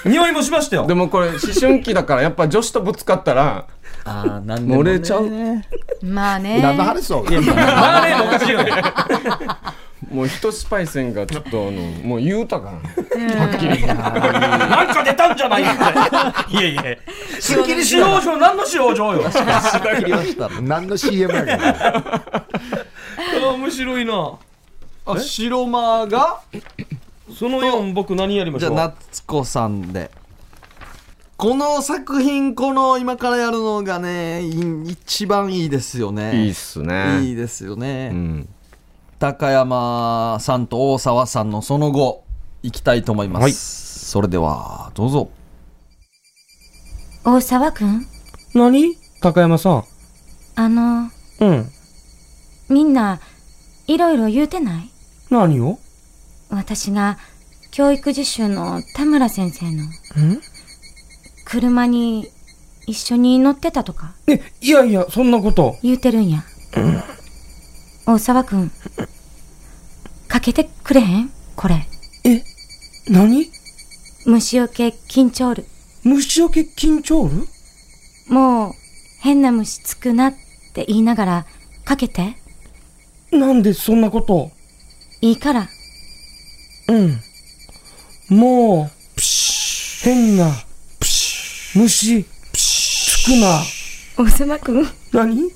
S5: 匂いもしましたよ
S1: で。もこれ思春期だからやっぱ女子とぶつかったら
S3: あー、なんで
S1: 漏
S3: もね
S1: れちゃう
S2: まあね
S4: 何の話そう
S5: まあね、おかしいよね。
S1: もう一スパイセンがちょっとあのもう言うたから
S5: なんか出たんじゃないかいやいや。
S4: すっきり
S5: 使用上、何の使用上よ。
S3: 切りました。
S4: 何の CM やけど。
S5: あ面白いな。
S3: あ、白間が、
S5: その4、僕何やりまし
S3: じゃ
S5: ょ
S3: あ、
S5: う
S3: 夏子さんで。この作品、この今からやるのがね、い一番いいですよね。
S1: いいっすね
S3: いいですよね。
S1: うん
S3: 高山さんと大沢さんのその後行きたいと思います、
S10: はい
S3: それではどうぞ
S2: 大沢くん
S5: 何高山さん。
S2: あの
S5: うん。
S2: みんないろいろ言うてない
S5: 何を
S2: 私が教育実習の田村先生の車に一緒に乗ってたとか
S5: え、いやいや、そんなこと。
S2: 言うてるんや大沢くんかけてくれへんこれ
S5: 何
S2: 虫よけ緊張る
S5: 虫除け緊張る
S2: もう変な虫つくなって言いながらかけて
S5: なんでそんなこと
S2: いいから
S5: うん。もう、変な、虫、つくな。
S2: 大沢くん
S5: 何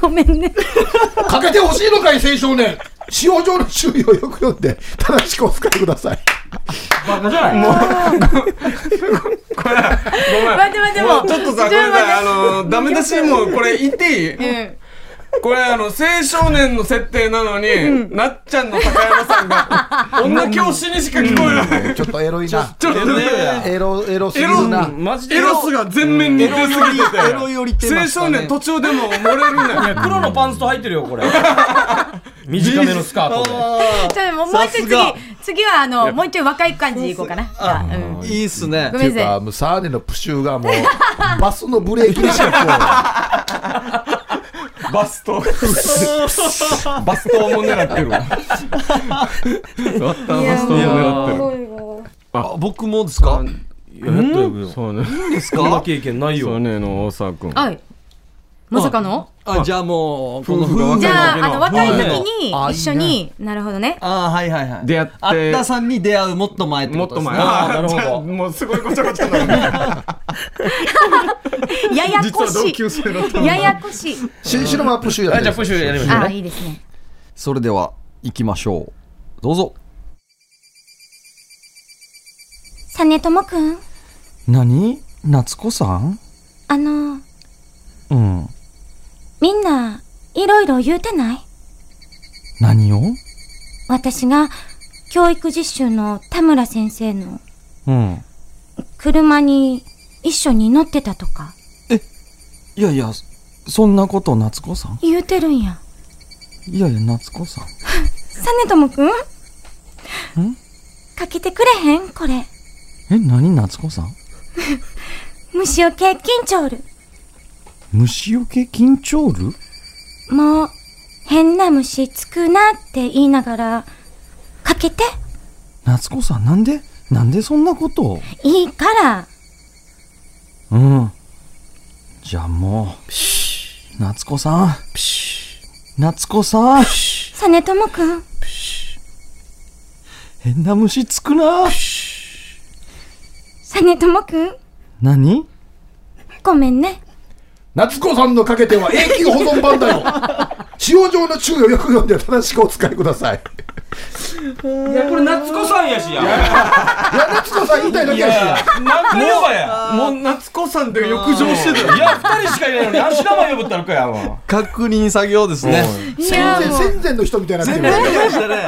S2: ごめんね
S4: かけてほしいのかい、青少年。使用上の注意をよく読んで、正しくお使いください。
S5: バカじゃない
S2: 待って待って
S1: もう [LAUGHS] ちょっとさこれさあ
S2: 待
S1: のダメ出しもうこれ言っていい
S2: って
S1: これあの青少年の設定なのに、なっちゃんの高山さんが女教師にしか聞こえない、
S4: ちょっとエロいな。
S1: ちょっとね
S4: エロ、エロすぎ
S1: エ
S4: る
S1: ロ
S4: な。
S10: マジで
S1: エロスが全面に出すぎて
S3: エロより
S1: て青少年途中でも漏れる
S5: い
S1: ね
S5: や、黒のパンツと入ってるよ、 [LAUGHS] これ。短めのスカートで。
S2: ちょっともうもう一回
S3: さすが
S2: 次次はあのもう一回若い感じでいこうかな。じゃあうん
S3: いいっすね
S2: ご
S4: っ
S2: め
S4: てい
S2: ん
S4: う
S2: なさ
S4: か、もうサーネのプシューがもう、 [LAUGHS] バスのブレーキにしか
S1: バスト
S3: [LAUGHS]
S1: バストも狙ってるわバッターバストも
S2: いや
S1: 狙ってる
S2: い。
S3: あ僕もですか
S10: いややっと呼ぶよ
S1: そうね
S3: です
S5: そんな
S3: か
S5: 経験ない
S1: そう
S5: よ。
S1: ねの大沢君
S2: はい。まさかの？
S3: あじゃあもうこの
S1: 夫婦が
S3: 夫婦
S2: じゃああの若い時
S3: は
S2: に
S3: い
S2: 一緒になるほどね。
S3: あーはいはいはい
S1: 出会って
S3: あったさんに出会うもっと前って
S1: も
S3: こ
S1: っ
S3: とで
S1: と
S3: すね
S1: 前
S3: あ
S1: あ
S3: ー
S1: ー
S3: なるほ
S1: じゃあ
S3: ど
S1: もうすごいごちゃごちゃになる
S2: やや
S1: 実
S2: こ
S1: は同
S2: し
S1: 級生だった
S2: い。ややこしい。
S4: しない。新城はプシューや
S10: あじゃあプッシュやりましょう
S2: あいいですね。
S3: それでは行きましょうどうぞ
S2: サネともくん
S3: 何夏子さん
S2: あの
S3: うん
S2: みんないろいろ言うてない？
S3: 何を
S2: 私が教育実習の田村先生の
S3: うん
S2: 車に一緒に乗ってたとか
S3: いやいやそんなこと夏子さん
S2: 言うてるんや。
S3: いやいや夏子さん
S2: サネともくんかけてくれへんこれ。
S3: え何夏子さん
S2: 虫よけ緊張る。
S3: 虫よけ緊張る
S2: もう、変な虫つくなって言いながら、かけて、
S3: 夏子さんなんでなんでそんなことを
S2: いいから、
S3: うんじゃあもう夏子さん夏子さん
S2: 実朝ともくん、
S3: 変な虫つくな
S2: 実朝ともくん、
S3: 何
S2: ごめんね。
S4: 夏子さんのかけては永久保存版だよ。使用上の注意をよく読んで正しくお使いください。
S11: いや、これ夏子さんやしや。
S9: 夏子さん言いたいだけやし
S11: なんで呼ばや。
S1: もう夏子さんって浴場してた
S11: いや、二人しかいないのに、何し名前呼ぶったのかや、も
S3: 確認作業ですね。
S2: いや
S9: 戦
S2: も
S9: 前
S2: う
S9: 戦前の人みたいになってる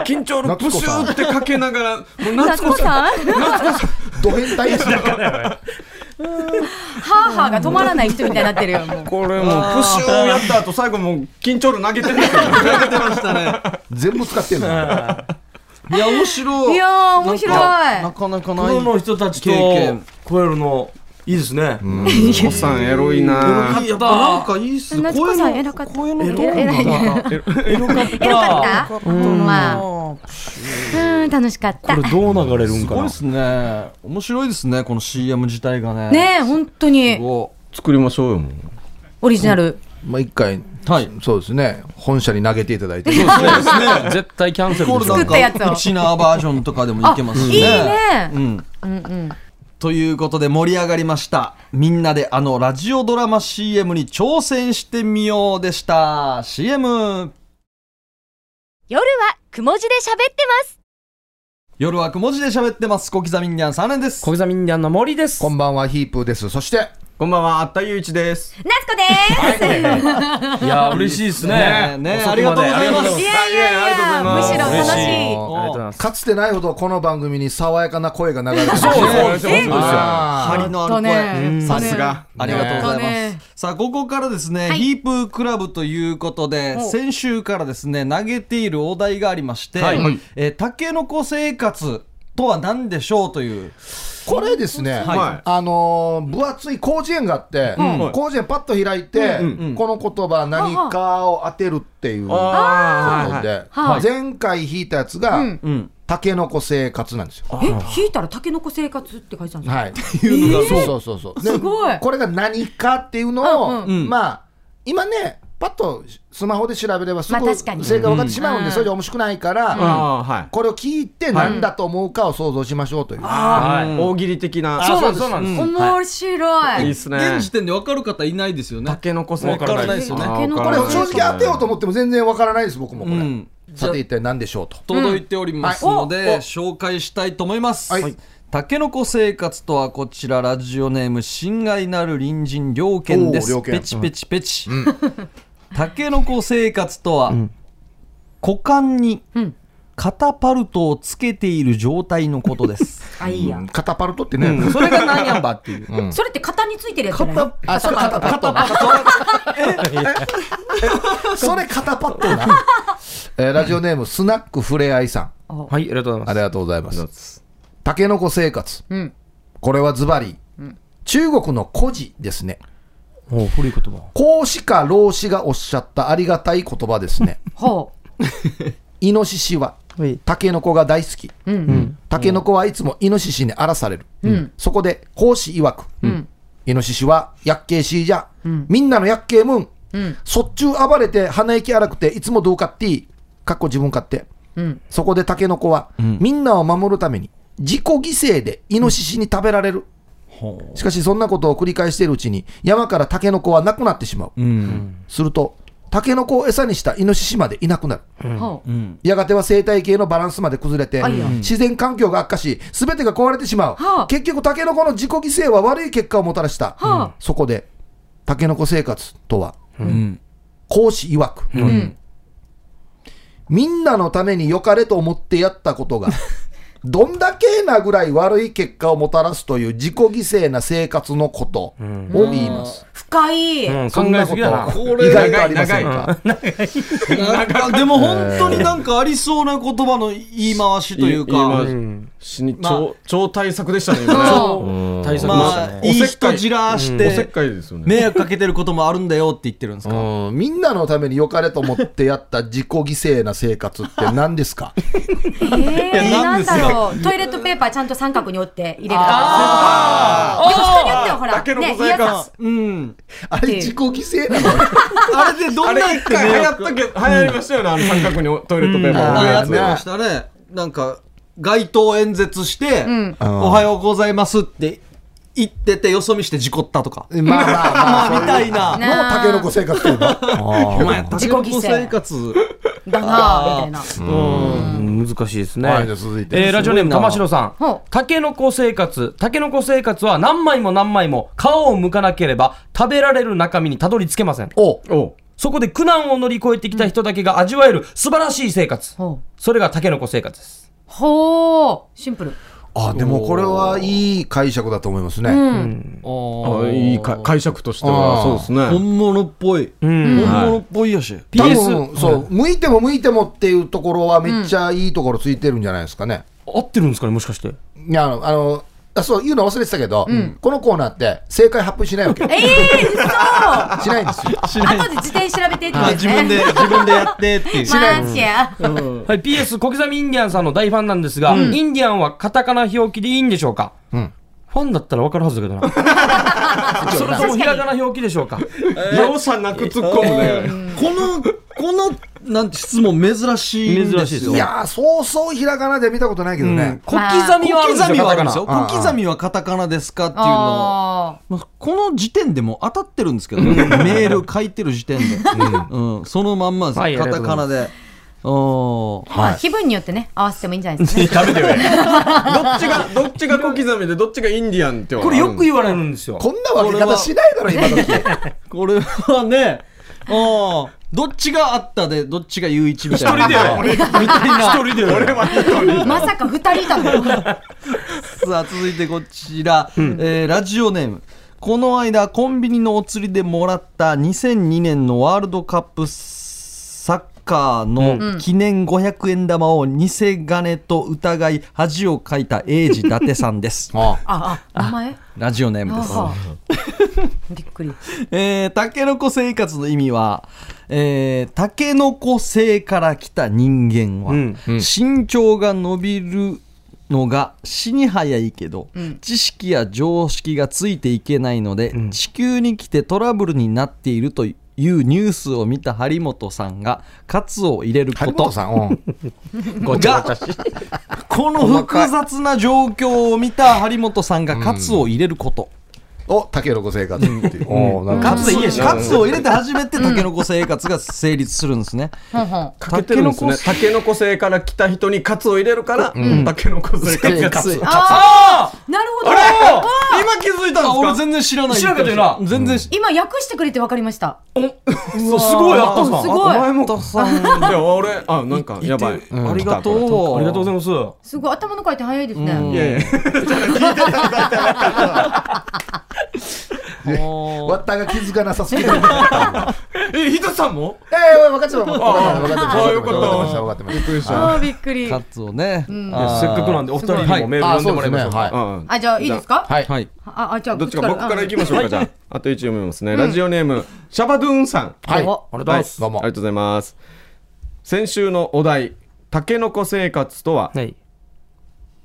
S1: 緊張のプシューってかけながら、もう夏
S2: 夏
S1: 子
S2: 子
S1: さん。
S2: さん
S9: ド変態ですね
S2: ハーハーが止まらない人みたいになってるよもう
S1: これもうプシューやった後、最後もう緊張の投げてるんですよ。
S9: 全部使ってんの
S3: いや、面白
S2: いやー面白い
S3: なんか
S11: う。
S3: なかなか
S11: プロ
S3: ない。
S11: の人たちと
S3: 経験
S11: 超えるの、いいですね。
S5: [LAUGHS]
S1: 夏子さんエロいな
S3: やった。なんかいいっす。
S2: 夏子さん偉かった
S3: 声の
S2: えらえらい
S11: エロかっ
S2: えよかったうんまあうん楽しかったね
S11: どう流れるん
S3: すごいですね。面白いですね、この CM 自体がね。
S2: え本当
S3: す
S2: に
S3: ご
S1: 作りましょうよ、もう。
S2: オリジナル
S4: まあ、一回、
S3: い。はい。
S4: そうですね、本社に投げていただいて、
S5: 絶対キャンセルでしょ
S2: 作ったやつを
S3: ウチナーバージョンとかでもいけますしね。
S2: いいね
S3: うん。
S2: うんうん
S3: ということで盛り上がりました。みんなであのラジオドラマ CM に挑戦してみようでした。CM。
S12: 夜はくも字で喋ってます。
S3: 夜はくも字で喋ってます。小刻みにゃん3年です。
S5: 小刻みインディアンの森です
S4: こんばんは、ヒープーです、そして、
S1: こんばんは、あったゆういちです。
S2: 夏子で
S5: いや嬉しいです
S3: ね
S5: ね
S3: ね
S5: 遅くまで
S3: ありがとうございます
S2: すいやいやいやむしろ楽しい
S5: ありがとうございます
S4: かつてないほどこの番組に爽やかな声が流れてます
S5: そうそう
S4: ね。
S5: 本当ですよ
S4: あ
S3: 張りのある声。
S2: ね
S1: さすが。
S3: ありがとうございます。
S2: ね
S3: さあ、ここからですね、
S2: はい
S3: ヒープークラブということで、
S2: お
S3: 先週からですね、投げているお題がありまして、
S5: はい
S3: えー、タケノコ生活とは何でしょうという。
S4: これですね、
S1: はい
S4: あのー分厚い広辞苑があって、広辞苑パッと開いて、この言葉何かを当てるっていうこ
S1: あ
S4: と
S1: ー
S4: で、
S2: はい
S4: 前回引いたやつが、タケノコ生活なんですよ。
S2: え引いたらタケノコ生活って書いてたんですか
S4: はい。いうのが、そうそうそうそう。です
S2: ごい
S4: これが何かっていうの
S2: う
S4: を、
S2: ん
S4: まあ、今ね、パッとスマホで調べればすぐ
S2: まあ確かに
S4: 正解分かってしまうん
S2: う
S4: で、
S2: ん
S4: それじゃ面白くないから、
S1: あー、はい。
S4: これを聞いて何だと思うかを想像しましょうという。
S1: はい、大喜利的な。
S5: そうなんですそうなんです
S2: 面白
S1: いいっ
S2: い
S1: す
S3: 現
S1: ね。
S3: 時点で分かる方いないですよ
S1: タ
S3: ね。
S1: ケノコさん。
S3: わからないですよね
S1: あー
S2: タケノコ
S1: わ
S4: こ
S1: か
S4: れ
S1: ら
S4: を
S1: ない
S4: 正直当てようと思っても全然分からないです、僕もこ
S3: う
S4: れ。
S3: ん。
S4: さて一体何でしょうと。
S3: 届いておりますので、
S2: うんはいお
S3: 紹介したいと思います。
S4: はい
S3: はいたけのこ生活とはこちらラジオネーム親愛なる隣人良犬で
S4: おう
S3: す
S4: 良
S3: ペ
S4: 犬
S3: チペチペチ、 [LAUGHS] たけのこ生活とは、股間に
S2: うん
S3: 肩パルトをつけている状態のことです、
S2: あいいや
S4: カタパルトってね、
S3: [LAUGHS] それが何やんばって [LAUGHS] いう
S2: それって型についてるやつじゃない
S4: あ、それ肩パッド。 [LAUGHS]
S9: それ肩パッドな
S4: えーラジオネーム、スナックふれあいさん。
S5: はいありがとうござ
S4: あり
S5: いま
S4: がとうございま
S1: ありがとうございま。
S4: す
S1: す
S4: タケノコ生活。
S2: ん
S4: これはズバリ、中国の孤児ですね。
S5: すもう古い言葉
S4: 孔子か老子がおっしゃったありがたい言葉ですね。
S2: ほう
S4: イノシシは
S5: はい、
S4: タケノコが大好き。タケノコはいつもイノシシに荒らされる。そこで、孔子曰く、イノシシはやっけいしいじゃ、みんなのやっけいむん。そっちゅう暴れて鼻息荒くていつもどうかっていい。かっこ自分勝手。そこでタケノコは、みんなを守るために自己犠牲でイノシシに食べられる。しかしそんなことを繰り返しているうちに山からタケノコはなくなってしまう。すると、タケノコを餌にしたイノシシまでいなくなる。
S2: ほう
S4: やがては生態系のバランスまで崩れて
S2: あいや、
S4: 自然環境が悪化し、すべてが壊れてしまう。
S2: はあ
S4: 結局、タケノコの自己犠牲は悪い結果をもたらした。
S2: はあ
S4: そこで、タケノコ生活とは、講師曰く、みんなのために良かれと思ってやったことが、どんだけなぐらい悪い結果をもたらすという自己犠牲な生活のことを言います。
S2: 深い
S5: うん
S4: そん
S5: 考え
S4: な
S5: す
S4: こ
S5: ぎだな
S4: と、意外とありませんか
S3: なんかでも本当になんかありそうな言葉の言い回しというか
S1: 今
S5: ん
S1: 死に
S3: まあ
S1: 超超対策でしたね、今ね
S2: そう
S1: うん
S5: 対策
S1: ま
S5: で
S1: あ
S5: した
S3: まあ
S5: ね
S3: いい人じらし
S1: おせってかいですよね。
S3: 迷惑かけてることもあるんだよって言ってるんですか
S4: うんみんなのために良かれと思ってやった自己犠牲な生活って何ですか
S2: えー、
S3: な
S2: なんん
S3: ですよ
S2: だろうトイレットペーパーちゃんと三角に折って入れると
S3: あ
S2: かでも人によってはほら
S1: だけの
S2: ね
S1: 小細工は
S3: うん
S4: あれ自己犠牲なの
S3: あれでど
S1: あ
S3: ん
S1: れ
S3: な
S1: 一回流行ったけど、流行りましたよね、あの三角にトイレットペーパー
S3: あ
S1: を
S3: あ
S1: 置く
S3: や
S1: や
S3: っ
S1: つ
S3: てましたね。なんか、街頭演説して、
S2: ん
S3: おはようございますって言ってて、よそ見して事故ったとか。
S4: [LAUGHS] まあまあまあ
S3: あ、みたいな。
S2: ね
S4: タケノコ生活っていうの
S3: お前、タケノコ
S2: 自己犠牲
S3: 生活。
S2: だなぁみたいな
S5: うん難しいですね。
S4: はいじゃあ続いて
S5: えーラジオネーム、
S3: すごいな
S5: 玉城さ。
S2: ほうん
S5: タケノコ生活。タケノコ生活は何枚も何枚も皮を剥かなければ食べられる中身にたどり着けません。
S4: お
S1: お
S5: そこで苦難を乗り越えてきた人だけが味わえる素晴らしい生活。
S2: ほう
S5: それがタケノコ生活です。
S2: ほうシンプル
S4: あでもこれはいい解釈だと思いますね、
S1: あいいか解釈としては
S4: あー
S1: そうですね
S3: 本物っぽい。
S5: うん。
S3: 本物っぽいやし。
S4: 多分そう向いても向いてもっていうところはめっちゃいいところついてるんじゃないですかね、
S5: 合ってるんですかね、もしかして。
S4: いやあのあのあそう言うの忘れてたけど、このコーナーって正解発表しないわけ
S2: ええ嘘後
S4: しないんですよ
S2: で辞典調べてってことです
S3: 自
S2: ね
S3: 分で、自分でやってっていう。
S2: マジや
S5: はい、PS 小刻みインディアンさんの大ファンなんですが、インディアンはカタカナ表記でいいんでしょうか、
S4: ん
S5: ファンだったらわかるはず [LAUGHS] だけどな。それともひらがな表記でしょうか
S1: なおさなく突っ込むね
S3: この、この、なんて質問珍しいん
S5: 珍
S3: で
S5: しいです
S3: す
S5: よ
S3: よ。
S4: いやー [LAUGHS] そうそうひらがなで見たことないけどね、
S5: 小刻みはあるんですよ、カタカナ。 [LAUGHS]
S3: 小刻みはカタカナですかっていうのを。
S2: あ
S3: まあこの時点でもう当たってるんですけどね、メール書いてる時点で、うん、そのまんまです、
S5: はいあ
S3: カ
S5: りがと
S3: タ
S5: うご
S3: カ
S5: ざいま
S3: ナ
S5: す
S3: で。おー
S2: ーまあ気分によってね合わせてもいいんじゃない
S5: [LAUGHS]
S2: ですかね
S1: ダメだよねどっちがどっちが小刻みでどっちがインディアンって
S5: これよく言われるんですよ。
S4: こんな分け方しないだろ今 [LAUGHS] 時
S3: これはね、おーどっちがあったで、どっちが雄一みたいな。みたいな。
S1: 一人で俺は一人
S2: まさか二人だも
S3: さあ、続いてこちら、えーラジオネーム。この間、コンビニのお釣りでもらった2002年のワールドカップサッカーの記念500円玉を偽金と疑い恥をかいた英二伊達さんです。
S2: ああ名前
S3: ラジオネームです。
S2: ああびっくり
S3: えー、タケノコ生活の意味は、えー、タケノコ生から来た人間は、身長が伸びるのが死に早いけど、知識や常識がついていけないので、地球に来てトラブルになっているというニュースを見た張本さんがカツを入れるこ
S4: 張
S3: と
S4: 本さん、 [LAUGHS] うん、
S3: がこの複雑な状況を見た張本さんがカツを入れること、
S4: お竹の子生活っていう、おーなるほど
S3: カツ
S5: いいでしょ
S3: カツを入れて初めてタケノコ生活が成立するんですね。
S1: かけてるんですねタケノコ生から来た人にカツを入れるからタケノコ生から来た
S3: 生活
S2: ああなるほど
S1: 今気づいた
S3: あ
S1: ん
S3: 俺
S1: ですか
S3: 全然知らない。
S5: 知らなかったよ
S3: な。全然知
S2: 今訳してくれて分かりました
S5: そうすごい、あった
S2: うんす
S5: さん。
S2: ごい
S3: ったさん。
S1: いや俺あなんかやばい
S3: ありがと
S1: うん来たこ
S3: う。
S5: ありがとうございます。
S2: すごい頭の回転早いです
S1: れ
S2: ね
S1: いやいや
S4: わったが気づかなさすぎる。え、ひとさんもええ、分かってます。分かってます。分かってます。分かってます。分かってます。びっくりし
S2: ああびっくり
S3: カツをね。
S5: いやせっかくなんで、お二人に
S2: すご
S5: もメール読んでもらいましょう
S4: はいあ
S1: う
S5: か。
S1: ん
S2: あじゃあいいですか
S4: はい。
S3: はい。
S2: ああじゃあ
S1: どっちか僕からいきましょうかじゃああと一読みますねラジオネームシャバドゥーンさん
S4: はい。
S5: ありがとうございます。
S4: どう
S1: あ
S4: も
S1: り。がとうございます先週のお題「タケノコ生活」とは
S5: はい。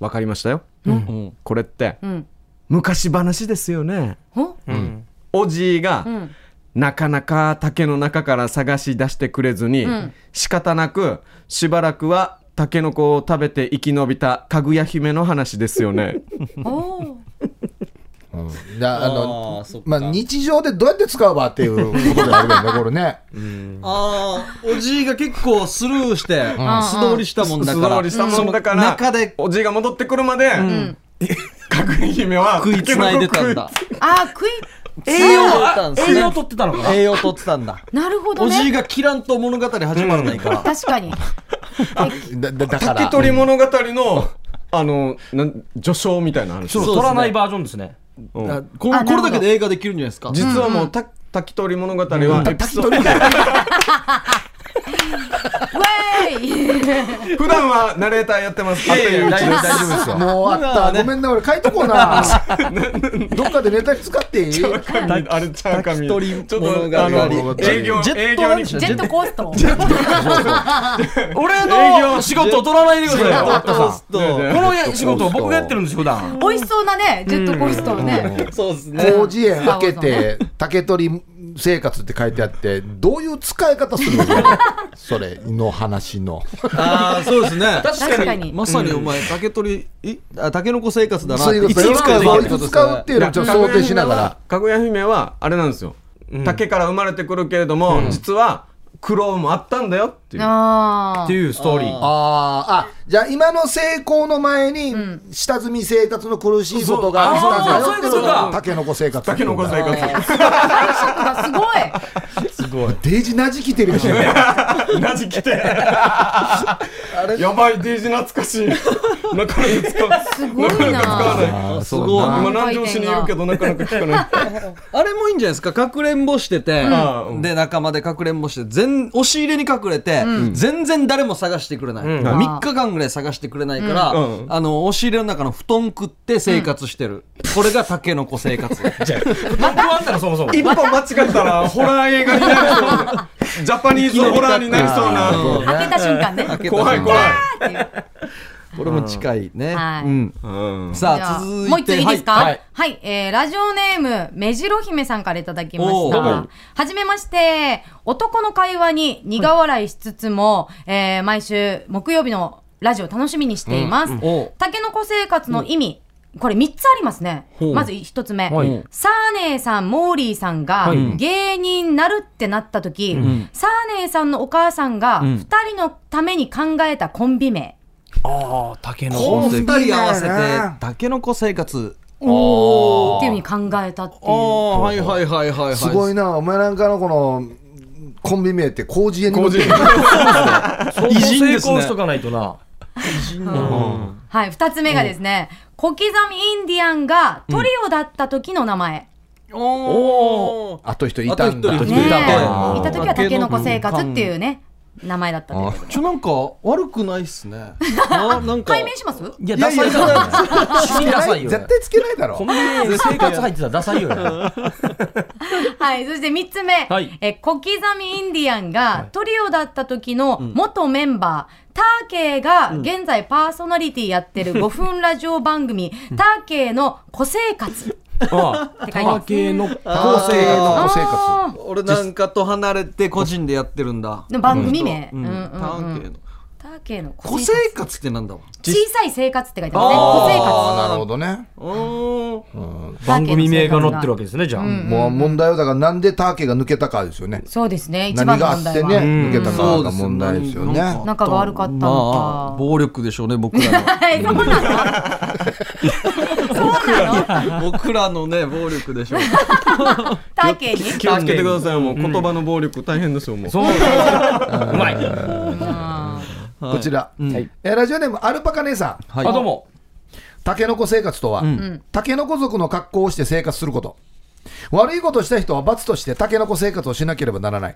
S1: 分かりましたよ
S3: うん
S1: これって
S2: ん
S1: 昔話ですよね
S2: ほ
S5: うん。
S1: おじいが
S2: ん
S1: なかなか竹の中から探し出してくれずに
S2: ん
S1: 仕方なくしばらくはタケノコを食べて生き延びたかぐや姫の話ですよね
S2: おー
S4: じゃあ、あの、まあ、日常でどうやって使うわって [LAUGHS] いうことであるけどね、これね。
S3: ああ、おじいが結構スルーして、素通りした [LAUGHS] もんだ
S1: 素
S3: から。
S1: 通りしたもんだか
S3: その
S1: ら
S3: 中で
S1: おじいが戻ってくるまで
S3: ん
S1: かぐや姫は
S3: 食いつないでたんだ。
S2: あー食い
S3: 栄養
S5: 栄養取ってたのかな
S3: 栄養取ってたんだ。
S2: なるほど
S3: おじい
S2: ね
S3: が切らんと物語始まらないから。
S2: 確かに
S4: だ、だ、だか
S1: 竹
S4: ら。
S1: 取物語の [LAUGHS] あのなん序章みたいな話
S3: そうですね
S5: 取らないバージョンですね。
S1: うん
S3: こ
S2: あな
S3: こ
S2: る
S3: れ
S2: ほど
S3: だけで映画できるんじゃないですか。
S1: 実はもうた滝取物語はエピソード
S2: ウェーイ
S1: [LAUGHS] 普段はナレーターやってますあという
S5: 大丈夫、大丈夫ですよ。
S4: [LAUGHS] もうあった。ごめんな、俺書いとこう [LAUGHS] な。どっかでネタに使っていい [LAUGHS]
S1: あれちゃうかみ
S3: 一人
S1: ちょっ
S3: 物
S1: と
S3: が
S1: あ
S3: あ
S1: の
S3: り
S1: 営業
S3: ジェ
S1: 営
S3: ット
S1: 業
S3: なん
S1: に
S3: でしょ
S2: ジェットコースト
S5: 俺
S1: 営業
S5: の仕事を取らないでくださいよ、あったさん。
S3: そうそう
S5: このや仕事を僕がやってるんですよ、普段。
S2: 美味しそうなねジェットコーストをね
S3: そうですね。
S4: 広辞苑開けて、竹取り生活って書いてあって、どういう使い方する [LAUGHS] のそれの話の。
S3: ああ、そうですね。
S2: 確かに
S3: まさにお前、竹取り、いあ竹の子生活だなっ
S4: そう
S3: て。
S4: いうこと
S3: いつ使う
S4: そ
S3: の
S4: ういつ使うっていうのをちょっと想定しながら。
S1: かぐや姫はあれなんですよ竹から生まれてくるけれども実は苦労もあったんだよっていう。
S2: あ
S5: って
S2: ー
S5: いうストーリー。
S4: あーあ、じゃあ今の成功の前に、下積み生活の苦しいことがあったんだよっていうのが、タケノコ生活。タケノコ生活。
S2: あすごい
S4: デイジなじきてるよね。
S1: [LAUGHS]
S4: [LAUGHS]
S1: なじきて。やばい、デイジ懐かしい。なかなか使わ
S2: すごいな
S1: ない。すごい。今南城市にいるけど、なかなか聞かない。
S3: あれもいいんじゃないですかかくれんぼしてて、
S1: うん
S3: で仲間でかくれんぼして全押し入れに隠れて、全然誰も探してくれない、3日間ぐらい探してくれないから、
S1: うん
S3: あの押し入れの中の布団食って生活してる、これがタケノコ
S1: [LAUGHS]
S3: 生活
S5: 何個あったのそもそも。
S1: 一歩間違ったら、ホラー映画になりそう。ジャパニーズホラーになりそうな。
S2: 開けた瞬間ねあー
S1: 怖い怖い。
S2: っていう
S3: これも近いね、
S2: はい
S3: うん、
S1: うん。
S2: じ
S3: さ
S2: ゃ
S3: あ
S2: あ
S3: 続いて
S2: もう一ついいですか
S3: は
S2: はいい、えーラジオネーム目白姫さんからいただきまし
S3: おーは
S2: たはじめまして男の会話に苦笑いしつつも、えー毎週木曜日のラジオ楽しみにしています、
S3: おう
S2: タケノコ生活の意味、これ3つありますね。まず1つ目、
S5: はい
S2: サーネーさん、モーリーさんが芸人になるってなった時、サーネーさんのお母さんが2人のために考えたコンビ名。
S5: ああ、竹の
S3: この2人合わせて
S9: いいね
S3: タケノコ生活
S2: っていうふうに考えたっていう。
S3: ああはいはいはいはいはい
S4: すごいな、お前なんかのこの、コンビ名って、工事家に乗
S1: 個
S4: って
S1: 人
S4: る。
S5: そこ
S3: 偉人
S5: 成
S3: ですね
S5: 功しとかないとな。
S2: はい、2つ目がですね、小刻みインディアンがトリオだった時の名前。
S3: おー
S4: [LAUGHS] あと人いたんだ。
S3: あと一人
S2: ねえい
S3: いた
S4: あー
S2: た時はタケノコ生活っていうね、名前だったんですけど。
S3: ちょなんか悪くないっすねななんか
S2: 解明します
S5: いや、ダサいよ。死にダサいよ。
S4: 絶対つけないだろ
S5: こ。の家で生活入ってたらダサいよ。あ
S2: はい、そして三つ目、
S5: はい
S2: え小刻みインディアンがトリオだった時の元メンバー、ターケイが現在パーソナリティやってる5分ラジオ番組、ターケイの個生活って
S5: あ、
S2: 書いて
S5: タ
S2: ま
S5: ワ
S2: す。
S5: 系の
S4: 構成の生活。
S2: あー
S3: 俺なんかと離れて個人でやってるんだ
S2: でも番組名
S3: うん
S2: うんうんうん
S3: ターン系の
S2: ターケイの個
S3: 個
S2: 生
S3: 性
S2: 活。
S3: 活ってなんだわ
S2: 小さい生活って書いてますね。個生活。
S4: ああ、なるほどね。
S3: お
S5: 番組名が載ってるわけですね、じゃあ。
S4: もう問題はだからなんでターケが抜けたかですよね。
S2: そうですね、一
S4: 何
S2: 番の
S4: があ
S2: 問
S4: っ
S2: 題
S4: て
S2: は。
S4: ね、抜けたかが問題ですよね。
S2: 仲が悪かったのか
S3: まあ暴力でしょうね僕ら
S2: はい、 [LAUGHS] そうなのそうなの [LAUGHS]
S3: の僕らのね暴力でしょう
S2: ターケイに
S1: 気をつけてくださいよもう言葉の暴力大変ですよもう
S5: そう。うまい。
S2: あー
S4: こちら、えーラジオネームアルパカ姉さん。
S3: は
S5: あ、どうも。
S4: タケノコ生活とは、タケノコ族の格好をして生活すること。悪いことをした人は罰としてタケノコ生活をしなければならない。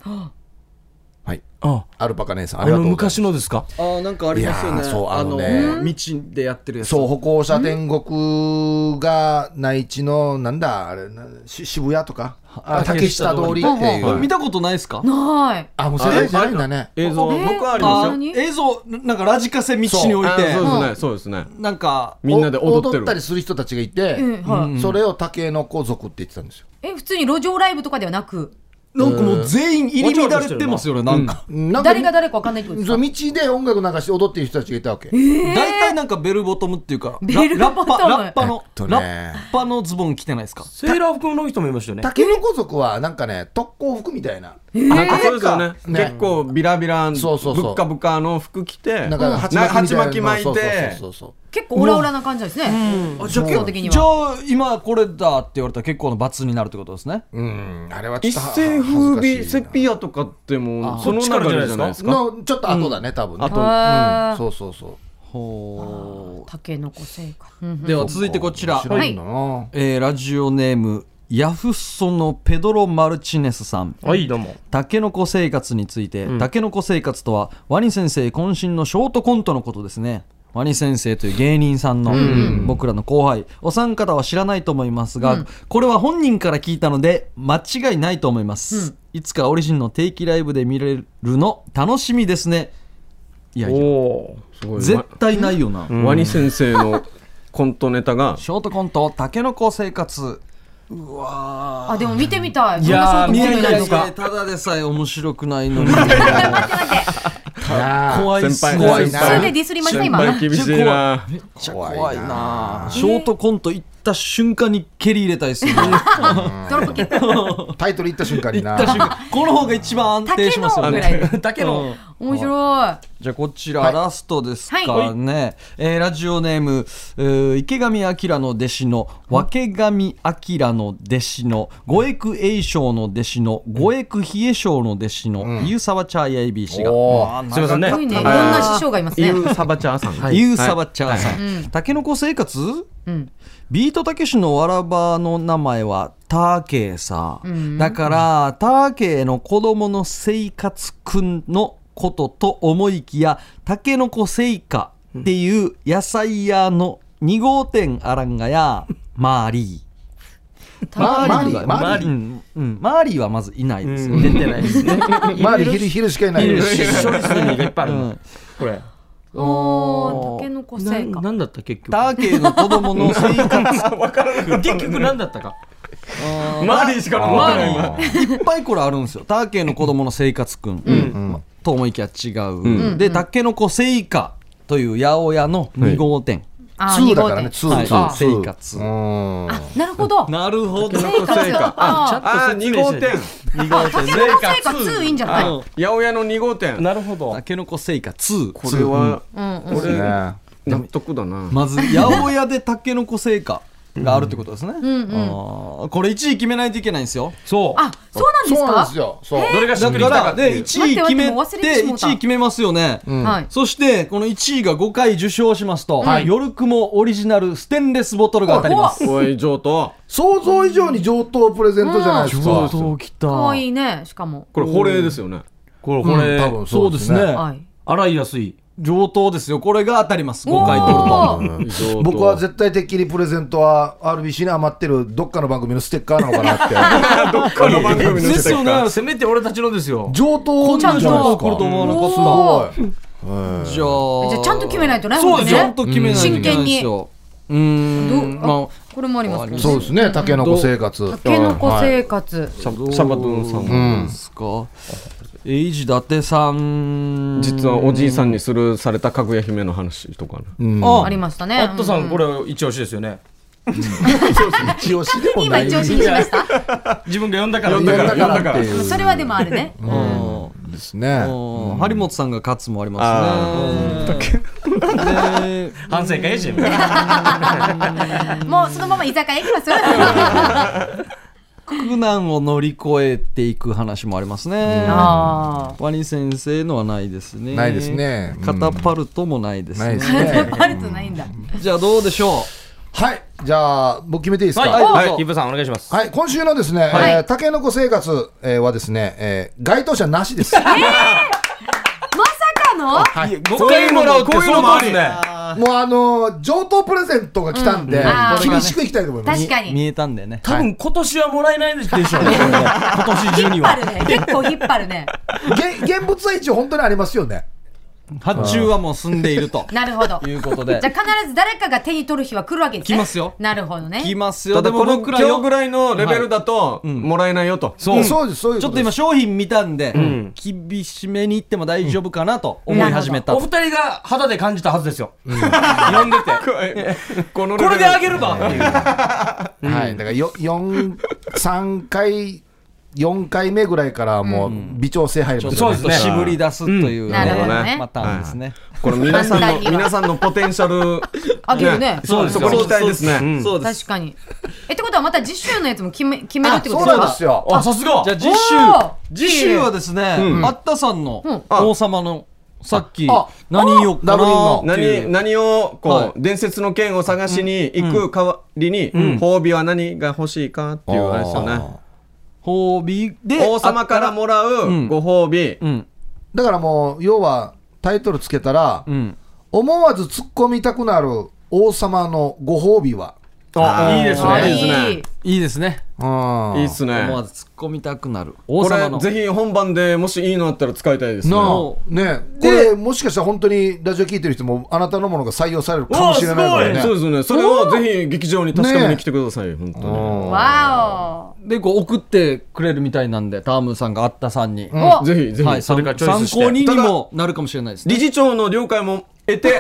S4: はい。
S5: あ、
S4: アルパカ姉さん、あ
S5: あ
S4: りが
S5: の
S4: とうございます。
S5: 昔のですか。
S3: あーなんかありますよ
S4: い
S3: ね
S4: やーそうあのね
S3: 道でやってるやつ
S4: そう、歩行者天国が内地の、なんだ、あれ、なし渋谷とか、あ竹下通りってい
S3: 見
S4: う。
S3: たことないですか
S2: ない。
S4: あ、もう世代じゃないんだね。
S1: 映像
S2: えー
S1: 僕はあり
S3: あ
S1: ますよ
S2: 何
S3: ー映像なんかラジカセ道に置い
S1: あ
S3: て
S1: そうですねそうですね
S3: なんか
S1: みんなで踊って
S4: おたり
S1: る
S4: する人たちがいて、
S2: うんはい
S4: それを竹の子族って言ってたんですよ。
S2: え、普通に路上ライブとかではなく、
S3: なんかもう全員入り乱れてますよねなんか
S4: なんか
S2: 誰が誰かわかんないってことです
S4: そ
S2: か
S4: う道で音楽流して踊ってる人たちがいたわけ。
S3: 大体なんかベルボトムっていうかラ
S2: ベルボトム
S3: ラッパラッパの
S4: えっとね
S3: ラッパのズボン着てないですか
S5: セーラー服の人もいましたよね。
S4: 竹の子族はなんかね、特攻服みたい
S1: あ
S4: な。
S1: そうですよね
S4: ね
S1: 結構ビラビラぶ
S4: そうそうそう
S1: っかぶかの服着て
S4: なんか
S1: な
S4: 鉢
S1: 鉢
S4: 巻
S1: 巻
S4: き
S1: き
S4: みた
S1: 巻
S4: い
S1: い
S4: な。
S1: て
S4: そうそうそうそう
S2: 結構オラオラな感じなんですね。
S3: じゃあ
S2: 基本的には
S3: じゃあ今これだって言われたら結構な罰になるってことですね
S4: そう。うん、あれはちょっ
S1: 一
S4: と
S1: 世風靡セ
S4: ア
S1: ピアとかってもうその
S5: そっちから
S1: 中
S5: じゃな
S1: で
S5: いで
S1: じ
S5: す
S1: ゃ
S5: か
S1: ないですか
S4: のちょっと後だね、多分ね。
S2: あ
S4: そうそうそう。
S3: ほ
S2: タケノコ生活。うん
S3: うでは続いてこちら、
S4: 面白いんだな。
S3: えーラジオネームヤフッソのペドロ・マルチネスさん
S5: はい、どうも。
S3: タケノコ生活について、タケノコ生活とはワニ先生渾身のショートコントのことですねワニ先生という芸人さんの僕らの後輩お三方は知らないと思いますが、これは本人から聞いたので間違いないと思います、いつかオリジンの定期ライブで見れるの楽しみですねいやいや
S5: お
S1: すごい
S3: 絶対ないよな、
S1: ワニ先生のコントネタが
S3: ショートコントタケノコ生活
S2: あ、でも見てみたい。
S5: いやー
S2: そんなショートコント見てみ
S5: 見えない
S2: たい
S5: ですか
S3: ただでさえ面白くないのに
S2: 待って待って待って。
S4: いやー
S3: 怖いっす
S1: 先輩
S3: 怖
S4: いな
S1: 先輩
S2: それでディスりました今
S1: 先輩厳しいな
S3: ちゃ怖いなショートコント行った瞬間に蹴り入れたいっすよね
S2: ドロップキック
S4: タイトル言った瞬間にな
S3: 行った瞬間この方が一番安定しますよね
S2: 竹野ぐ
S5: [LAUGHS]
S2: ら
S3: 竹野
S2: 面白い
S3: じゃあこちら、
S4: はい
S3: ラストですかね、えーラジオネーム、えー池上彰の弟子の分上彰の弟子の五栄栄翔の弟子の五栄比叡翔の弟子の、湯沢茶屋 ABC が、
S5: おすいません
S2: す
S5: ね
S2: ごいねいろんな師匠がいますね
S1: いうサバチャーさん
S3: はい、ユーサバチャーさん、タケノコ生活、ビートたけしのわらばの名前はターケーさ、だからターケーの子供の生活くんのことと思いきやタケノコ生果っていう野菜屋の2号店アランガやマーリー。マーリーは
S4: マーリー
S3: うんうんマーリーはまずいないですよ、出てないですね。
S4: 周り昼昼しかいないのに
S5: 一緒にするのがいっぱいある
S3: う
S5: の
S3: ん
S5: これ
S2: おー竹の子
S5: な
S2: 成果
S5: なんだった結局
S3: ターケーの子供の生活
S5: 結局なんだった [LAUGHS] か
S1: マリーしか
S5: マーリー
S3: いっぱいこれあるんですよ。ターケーの子供の生活くん。まと思いきや違う。で、タケノコ生果という八百屋の2号店。
S2: あ
S4: 2
S2: ー
S4: だからね、
S2: 二号
S4: 2、
S3: はい
S4: 2、
S3: 生活
S4: うーん
S2: 店なるほど
S3: なるほど。
S2: 成果ですよあ
S1: あー2号店
S5: 2号店
S2: ー竹の子成果2いいんじゃない
S3: うん
S1: 八百屋の2号店
S5: なるほど
S3: タケノコ生果2。
S1: これは
S2: うん
S4: そうですね
S1: 俺納得だな
S3: まず、八百屋でタケノコ生果があるってことですね。
S2: んうん
S3: あーこれ1位決めないといけないんですよ。そう。
S2: あそうなんで
S4: そうなんですすよ。そう。
S5: どれがし
S3: だ
S5: っくりきた
S3: か、
S5: から
S3: で、1位決め
S2: 待って待って
S3: て、
S2: もう忘れてしもうた
S3: 1位決めますよね。
S2: かはい
S3: そして、この1位が5回受賞しますと、夜雲オリジナルステンレスボトルが当たります。
S1: おい上等
S4: 想像以上に上等プレゼントじゃないですか。
S3: そうきた。
S2: 可愛いねしかも
S1: これ法令ですよね
S5: これ
S4: うん
S5: これ
S4: 多分
S3: そ
S4: そうう
S3: で
S4: ですす
S3: ね。
S4: ね。
S2: はい
S5: 洗いやすい
S3: 上等ですよ。これが当たります。
S2: お
S3: 5回取ると。
S2: ー
S1: 上等
S4: 僕は絶対的にプレゼントは RBC に余ってるどっかの番組のステッカーなのかなって。
S1: どっかの番組の
S3: ですよね。
S5: せめて俺たちのですよ
S4: 上等
S3: ちゃ
S4: なん
S3: ん
S4: じゃないです
S3: と
S4: か。
S3: 来ると思わなかっ
S2: お
S4: すごい。
S3: た。じゃあ。
S2: じゃあちゃんと決めないとね
S3: そうですちゃ
S2: 本
S3: ん
S2: 当
S3: と
S2: ね
S3: 決めないといけないんですよ。うー
S2: ど
S3: ん。
S2: あ
S3: ま
S2: これもありますけどね
S4: そうですね、タケノコ生活。
S2: タケノコ
S4: はい
S2: 生活
S3: あ、サバドゥンさんどうですか。エイジ伊達さん。
S1: 実はおじいさんにするされたかぐや姫の話とかな
S2: ありましたね
S5: アットさんこれ一押しですよね
S4: 一押しでも
S2: 今
S4: ない。
S2: 一押しにしました [LAUGHS]
S5: 自分が呼んだから
S4: 呼んだから
S5: 呼んだ
S4: っていう
S2: それはでもあるね
S3: うん。
S4: ですね。
S3: うん張本さんが勝つもありますね。で
S5: 反省会やし
S2: もうそのまま居酒屋行きますよ
S3: 苦難を乗り越えていく話もありますね。
S2: あ
S3: ワニ先生のはないですね。
S4: ないですねうん
S3: カタパルトもないです
S4: ない
S3: ね
S4: で。す
S2: あ
S4: ね。
S2: バルトないんだ
S3: じゃあどうでしょ
S4: はい。じゃあ、僕決めていいですか。
S3: はい
S5: はいイブさんお願いします
S4: はい、今週のですね、
S2: い
S4: えータケノコ生活、えーはですね、えー該当者なしです。
S2: まさかの
S5: 5回もらうって相当ですね
S4: もうあのー上等プレゼントが来たんで、
S2: あー
S4: 厳しくいきたいと思います。
S2: 確か
S3: う。
S2: に
S3: 見えたんだよね。
S5: 多分今年はもらえないでしょうね今年中
S2: 引
S5: に
S2: っ張
S5: は
S2: るね結構引っ張るね
S4: げ現物は一応本当にありますよね。
S3: 発注はもう済んでいると
S2: なるほど
S3: いうことで
S2: じゃあ。必ず誰かが手に取る日は来るわけですね
S3: 来ますよ
S2: なるほどね
S3: きますよ。
S1: た
S3: で
S1: だ
S3: も
S1: この
S3: 僕
S1: 今
S3: ら
S1: 日
S3: よ
S1: ぐらいのレベルだと
S3: ん
S1: もらえないよと
S3: そう
S4: うんそうです、そういう
S3: ちょっ
S4: こと
S3: と
S4: で
S3: 今
S4: す。
S3: 商品見たんで、厳しめに行っても大丈夫かなと思い始めた
S5: お。二人が肌で感じたはずですよ呼んでて
S1: この
S5: これであげるかっていう
S4: はい、だからよ四3回、4回目ぐらいからもう微調整入ります
S5: そうですね
S3: 絞り出すという
S2: なるほどね
S3: パターンですね。
S1: この皆さん
S2: 簡単
S1: の
S2: には
S1: 皆さんのポテンシャル
S2: あげるね
S1: そうですそこに期待ですね
S3: うんそうです。
S2: 確かにえってことはまた次週のやつも決め決めるっ
S4: あ
S2: てこと
S4: そう
S2: ですか
S4: なんですよ。
S5: あさすが
S3: じゃあ次
S2: おー
S3: 週、次週はですね、あったさんの王様のさっき
S4: あ
S3: 何言おっかなっていう
S1: 何何をこう、
S3: はい
S1: 伝説の剣を探しに行く代わりに、褒美は何が欲しいかっていうあれですよね
S3: 褒美で
S1: 王様からもら
S3: ん
S1: うご褒美、
S3: うん
S4: だからもう、要はタイトルつけたら、
S3: うん
S4: 思わず突っ込みたくなる王様のご褒美は。
S1: あ
S5: いいです
S1: あ
S5: ね
S1: いいですね
S2: いい
S3: いいですね
S4: うん
S1: いいっすね
S3: 思わず突っ込みたくなる王
S1: こ
S3: 様の
S1: れぜひ本番でもしいいのあったら使いたいですね
S4: なあねこれもしかしたら本当にラジオ聞いてる人もあなたのものが採用されるかもしれないからね
S1: そうですよねそれをぜひ劇場に確かめに来てくださいよ本当に
S2: わ
S3: でこう送ってくれるみたいなんでタームさんがあったさんに、
S2: お
S1: ぜひぜひ、
S3: はい、
S5: それからチョイ
S3: 参
S5: スして
S3: 考ににもなるかもしれないですね
S1: 理事長の了解も得 [LAUGHS] て、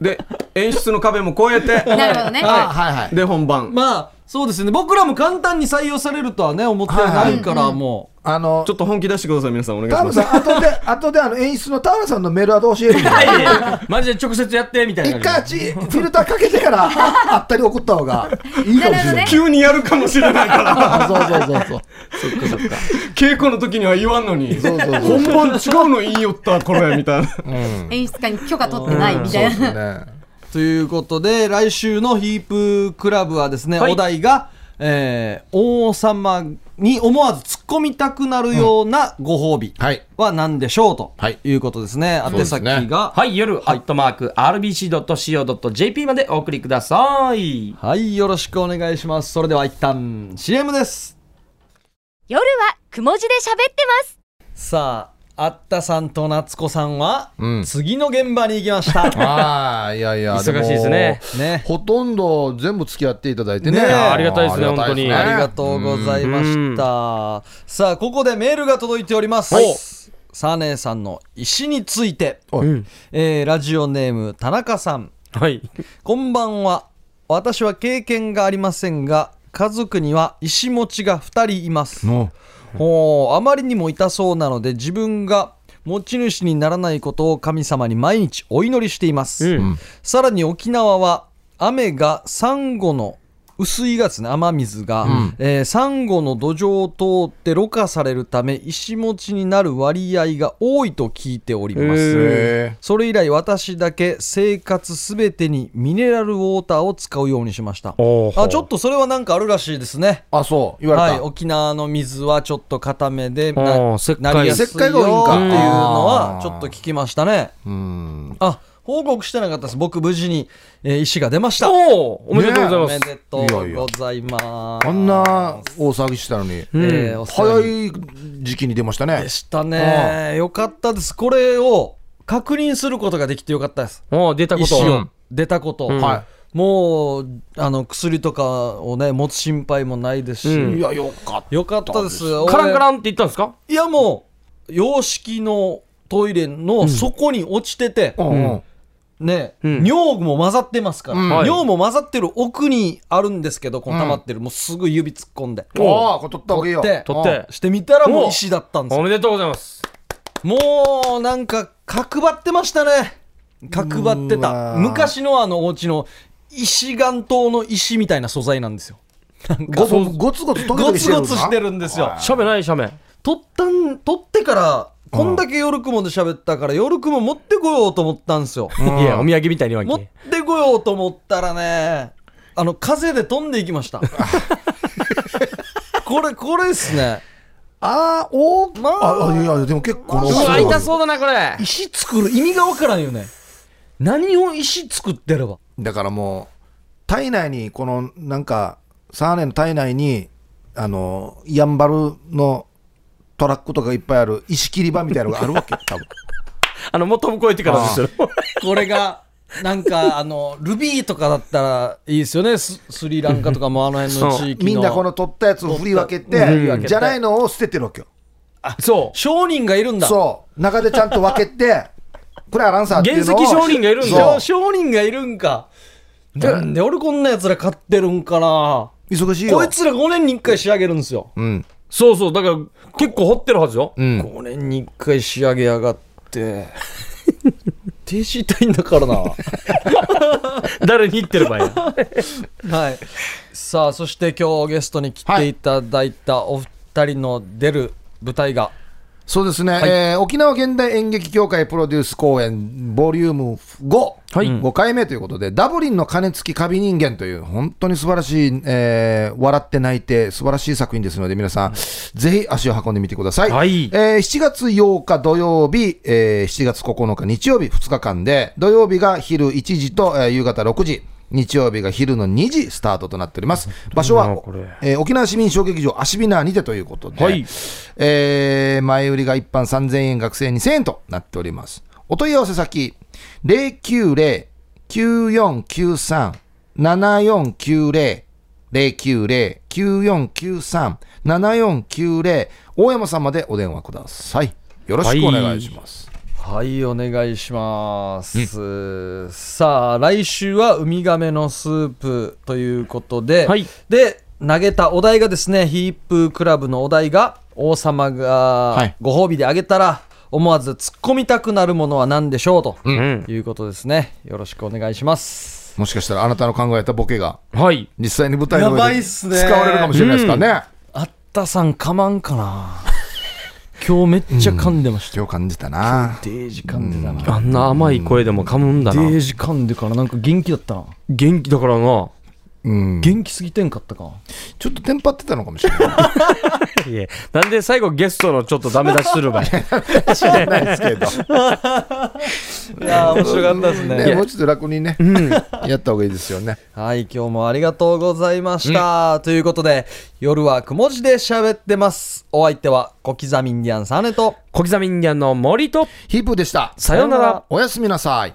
S1: で演出の壁も越え
S4: [LAUGHS]
S1: て
S2: なるほどね。
S4: あはいはい。
S1: で本番
S3: まあそうですね僕らも簡単に採用されるとはね思ってないからも
S4: あの
S1: ちょ、っと本気出してください皆さんお願い
S9: 田
S1: し
S9: 原
S1: ます
S9: さん、後で、後であの演出の田原さんのメールアド教えるんで。
S5: マジで直接やってみたい
S9: 一
S5: な感
S9: 回あっち、フィルターかけて
S4: [LAUGHS]
S9: から、あったり送った方がいいかもしれない。
S1: 急にやるかもしれないから
S3: [LAUGHS]
S4: そうそうそうそう。
S1: 稽古の時には言わんのに
S4: そうそうそう。
S1: 本番違うの言いよったこれみたいな
S2: 演出家に許可取ってないみたいな。
S4: ね
S3: うということで来週のヒープクラブはですね、
S5: はい
S3: お題が、えー王様に思わず突っ込みたくなるようなご褒美
S4: はい。
S3: は何でしょうと
S4: はい
S3: いうことですね、
S4: そう
S3: 宛
S4: です
S3: 先
S4: ね
S3: が、
S5: じ。はい、夜、アットマーク、rbc.co.jp までお送りください。
S3: はい、よろしくお願いします。それでは一旦 CM です。
S12: 夜はくも字で喋ってます
S3: さあ、あったさんと夏子さんは、
S4: うん
S3: 次の現場に行きました。
S4: [LAUGHS] [LAUGHS] ああ、いやいや、
S5: [LAUGHS] 忙しいですね。
S3: ね。
S4: ほとんど全部付き合っていただいてね。
S3: ねえあ
S5: りがたいですね本当に
S3: ありがとうございました。さあ、ここでメールが届いております。サーネーさんの石について、えーラジオネーム田中さん。
S5: はい。
S3: こんばんは。私は経験がありませんが、家族には石持ちが2人います。おーあまりにも痛そうなので、自分が持ち主にならないことを神様に毎日お祈りしています。さらに沖縄は、雨がサンゴの薄いがですね雨水が、えーサンゴの土壌を通ってろ過されるため石持ちになる割合が多いと聞いております、それ以来私だけ生活すべてにミネラルウォーターを使うようにしましたあちょっとそれはなんかあるらしいですね
S4: あ、そう、言わ
S3: は
S4: れ
S3: い、
S4: た。
S3: 沖縄の水はちょっと固めでな
S5: あー石灰
S3: なりやすいよっていうの
S4: 石灰が多いんか
S3: は
S4: あー
S3: ちょっと聞きましたね
S4: うん。
S3: あ報告してなかったです僕無事に、えー石が出ました
S5: おーおめでとうござい
S3: お
S5: ま
S3: め
S5: す。
S3: でとうございます。
S4: あんな大騒ぎしてたのに、
S3: えーお世話
S4: 早
S3: に
S4: い時期に出ましたね
S3: で。したね。よかったです。これを確認することができてよかったです。
S5: おー出たこ
S3: 石
S5: と。
S3: を出たこと。
S4: は
S3: もうあの薬とかをね持つ心配もないですし、
S4: いや、よかった。
S3: よかったです。俺
S5: カランカランって言ったんですか
S3: いやもう洋式のトイレの底に落ちてて、
S4: うんうん。
S3: ね、尿も混ざってますから、
S5: はい
S3: 尿も混ざってる奥にあるんですけど、こう溜まってる、もうすぐ指突っ込んで。
S4: ああ、これ取った方がいいよ。
S3: 取って
S5: 取って。
S3: してみたらもう石だったんですよ
S5: おめでとうございます。
S3: もうなんか角張ってましたね角張ってた昔のあのお家の石岩島の石みたいな素材なんですよ
S4: ゴツゴツゴツトゲ
S3: ゴ
S4: トゲし
S3: ツ
S4: てる
S3: ゴ
S4: んだ
S3: ツしてるんですよ
S5: しゃべないしゃべ。
S3: 取ったん取ってからこんだけ夜雲で喋ったから夜雲持ってこようと思ったんですよ
S5: いや、お土産みたいに言わ
S3: 持
S5: ん
S3: っ
S5: け。
S3: てこようと思ったらねあの風で飛んでいきました [LAUGHS] これこれですね
S4: ああ、お
S3: ま
S4: あ、あい
S3: あ
S4: や、でも結構
S5: う
S4: な
S5: わ、痛そうだな、これ。
S3: 石作る意味がわからんよね何を石作ってれば
S4: だからもう、体内に、この、なんか、サーネの体内に、あの、やんばるのトラックとかいっぱいある石切り場みたいなのがあるわけ、多分。
S5: あの、元も越えてからですよ。
S3: これが、なんか、あの、ルビーとかだったらいいですよね。ススリランカとかもあの辺の地域の。
S4: みんなこの取ったやつを振り分けて、じゃないのを捨ててるわけよ。
S5: [LAUGHS] そう。
S3: 商人がいるんだ。
S4: そう。中でちゃんと分けて、これアランサーっていうのを。
S5: 原石商人がいるんだ
S4: そ
S3: 商商人がいるんか。なんで俺こんな奴ら買ってるんかな。
S4: う忙しいよ。
S3: こいつら5年に1回仕上げるんですよ。
S4: うん。
S5: そうそう。だから、結構掘ってるはずよ。
S4: うん。
S3: 5年に1回仕上げやがって。 [LAUGHS] 停止痛いんだから
S4: [LAUGHS]
S3: な。
S5: 誰に言ってる場合 [LAUGHS] や。
S3: はい。さあ、そして今日ゲストに来ていただいたお二人の出る舞台が、
S4: そうですね、えー沖縄現代演劇協会プロデュース公演、ボリューム5、
S5: はい
S4: 5回目ということで、ダブリンの鐘付きカビ人間という、本当に素晴らしい、えー笑って泣いて、素晴らしい作品ですので、皆さん、ぜひ足を運んでみてください。
S5: はい
S4: えー7月8日土曜日、えー7月9日日曜日、2日間で、土曜日が昼1時と、えー夕方6時。日曜日が昼の2時スタートとなっております。場所は、えー沖縄市民小劇場アシビナーにてということで、
S5: はい
S4: えー前売りが一般3000円、学生2000円となっております。お問い合わせ先、090-9493-7490、 090-9493-7490大山さんまでお電話くださいよろしくお願いします、
S3: はい、お願いします。さあ、来週はウミガメのスープということで、
S5: はい
S3: で、投げたお題がですね、ヒープークラブのお題が、王様
S4: はい
S3: がご褒美であげたら、思わず突っ込みたくなるものは何でしょうと
S5: ん
S3: いうことですね。よろしくお願いします。
S4: もしかしたらあなたの考えたボケが
S5: はい。
S4: 実際に舞台の
S3: やば
S4: 上
S3: い
S4: で
S3: っ
S4: 使
S3: すね
S4: われるかもしれないですからね、
S3: あったさんかまんかな今日めっちゃ噛んでました。
S4: 今日感じたな
S3: デージ噛んでたな。
S5: あんな甘い声でも噛むんだ
S3: デ
S5: な。
S3: ージ噛んでからなんか元気だったな。
S5: 元気だからな。
S4: うん
S3: 元気すぎてんかったか。
S4: ちょっとテンパってたのかもしれない
S5: いえなんで最後ゲストのちょっとダメ出しする [LAUGHS] ばい
S4: ですけど
S3: いやー面白かったですね。
S4: ね、もうちょっと楽にね、やった方がいいですよね。
S3: はい、今日もありがとうございました。ということで、夜はくも字で喋ってます。お相手は、小刻みインディアンサネと、
S5: 小刻みインディアンの森と、
S4: ヒープーでした。
S5: さようなら。
S4: おやすみなさい。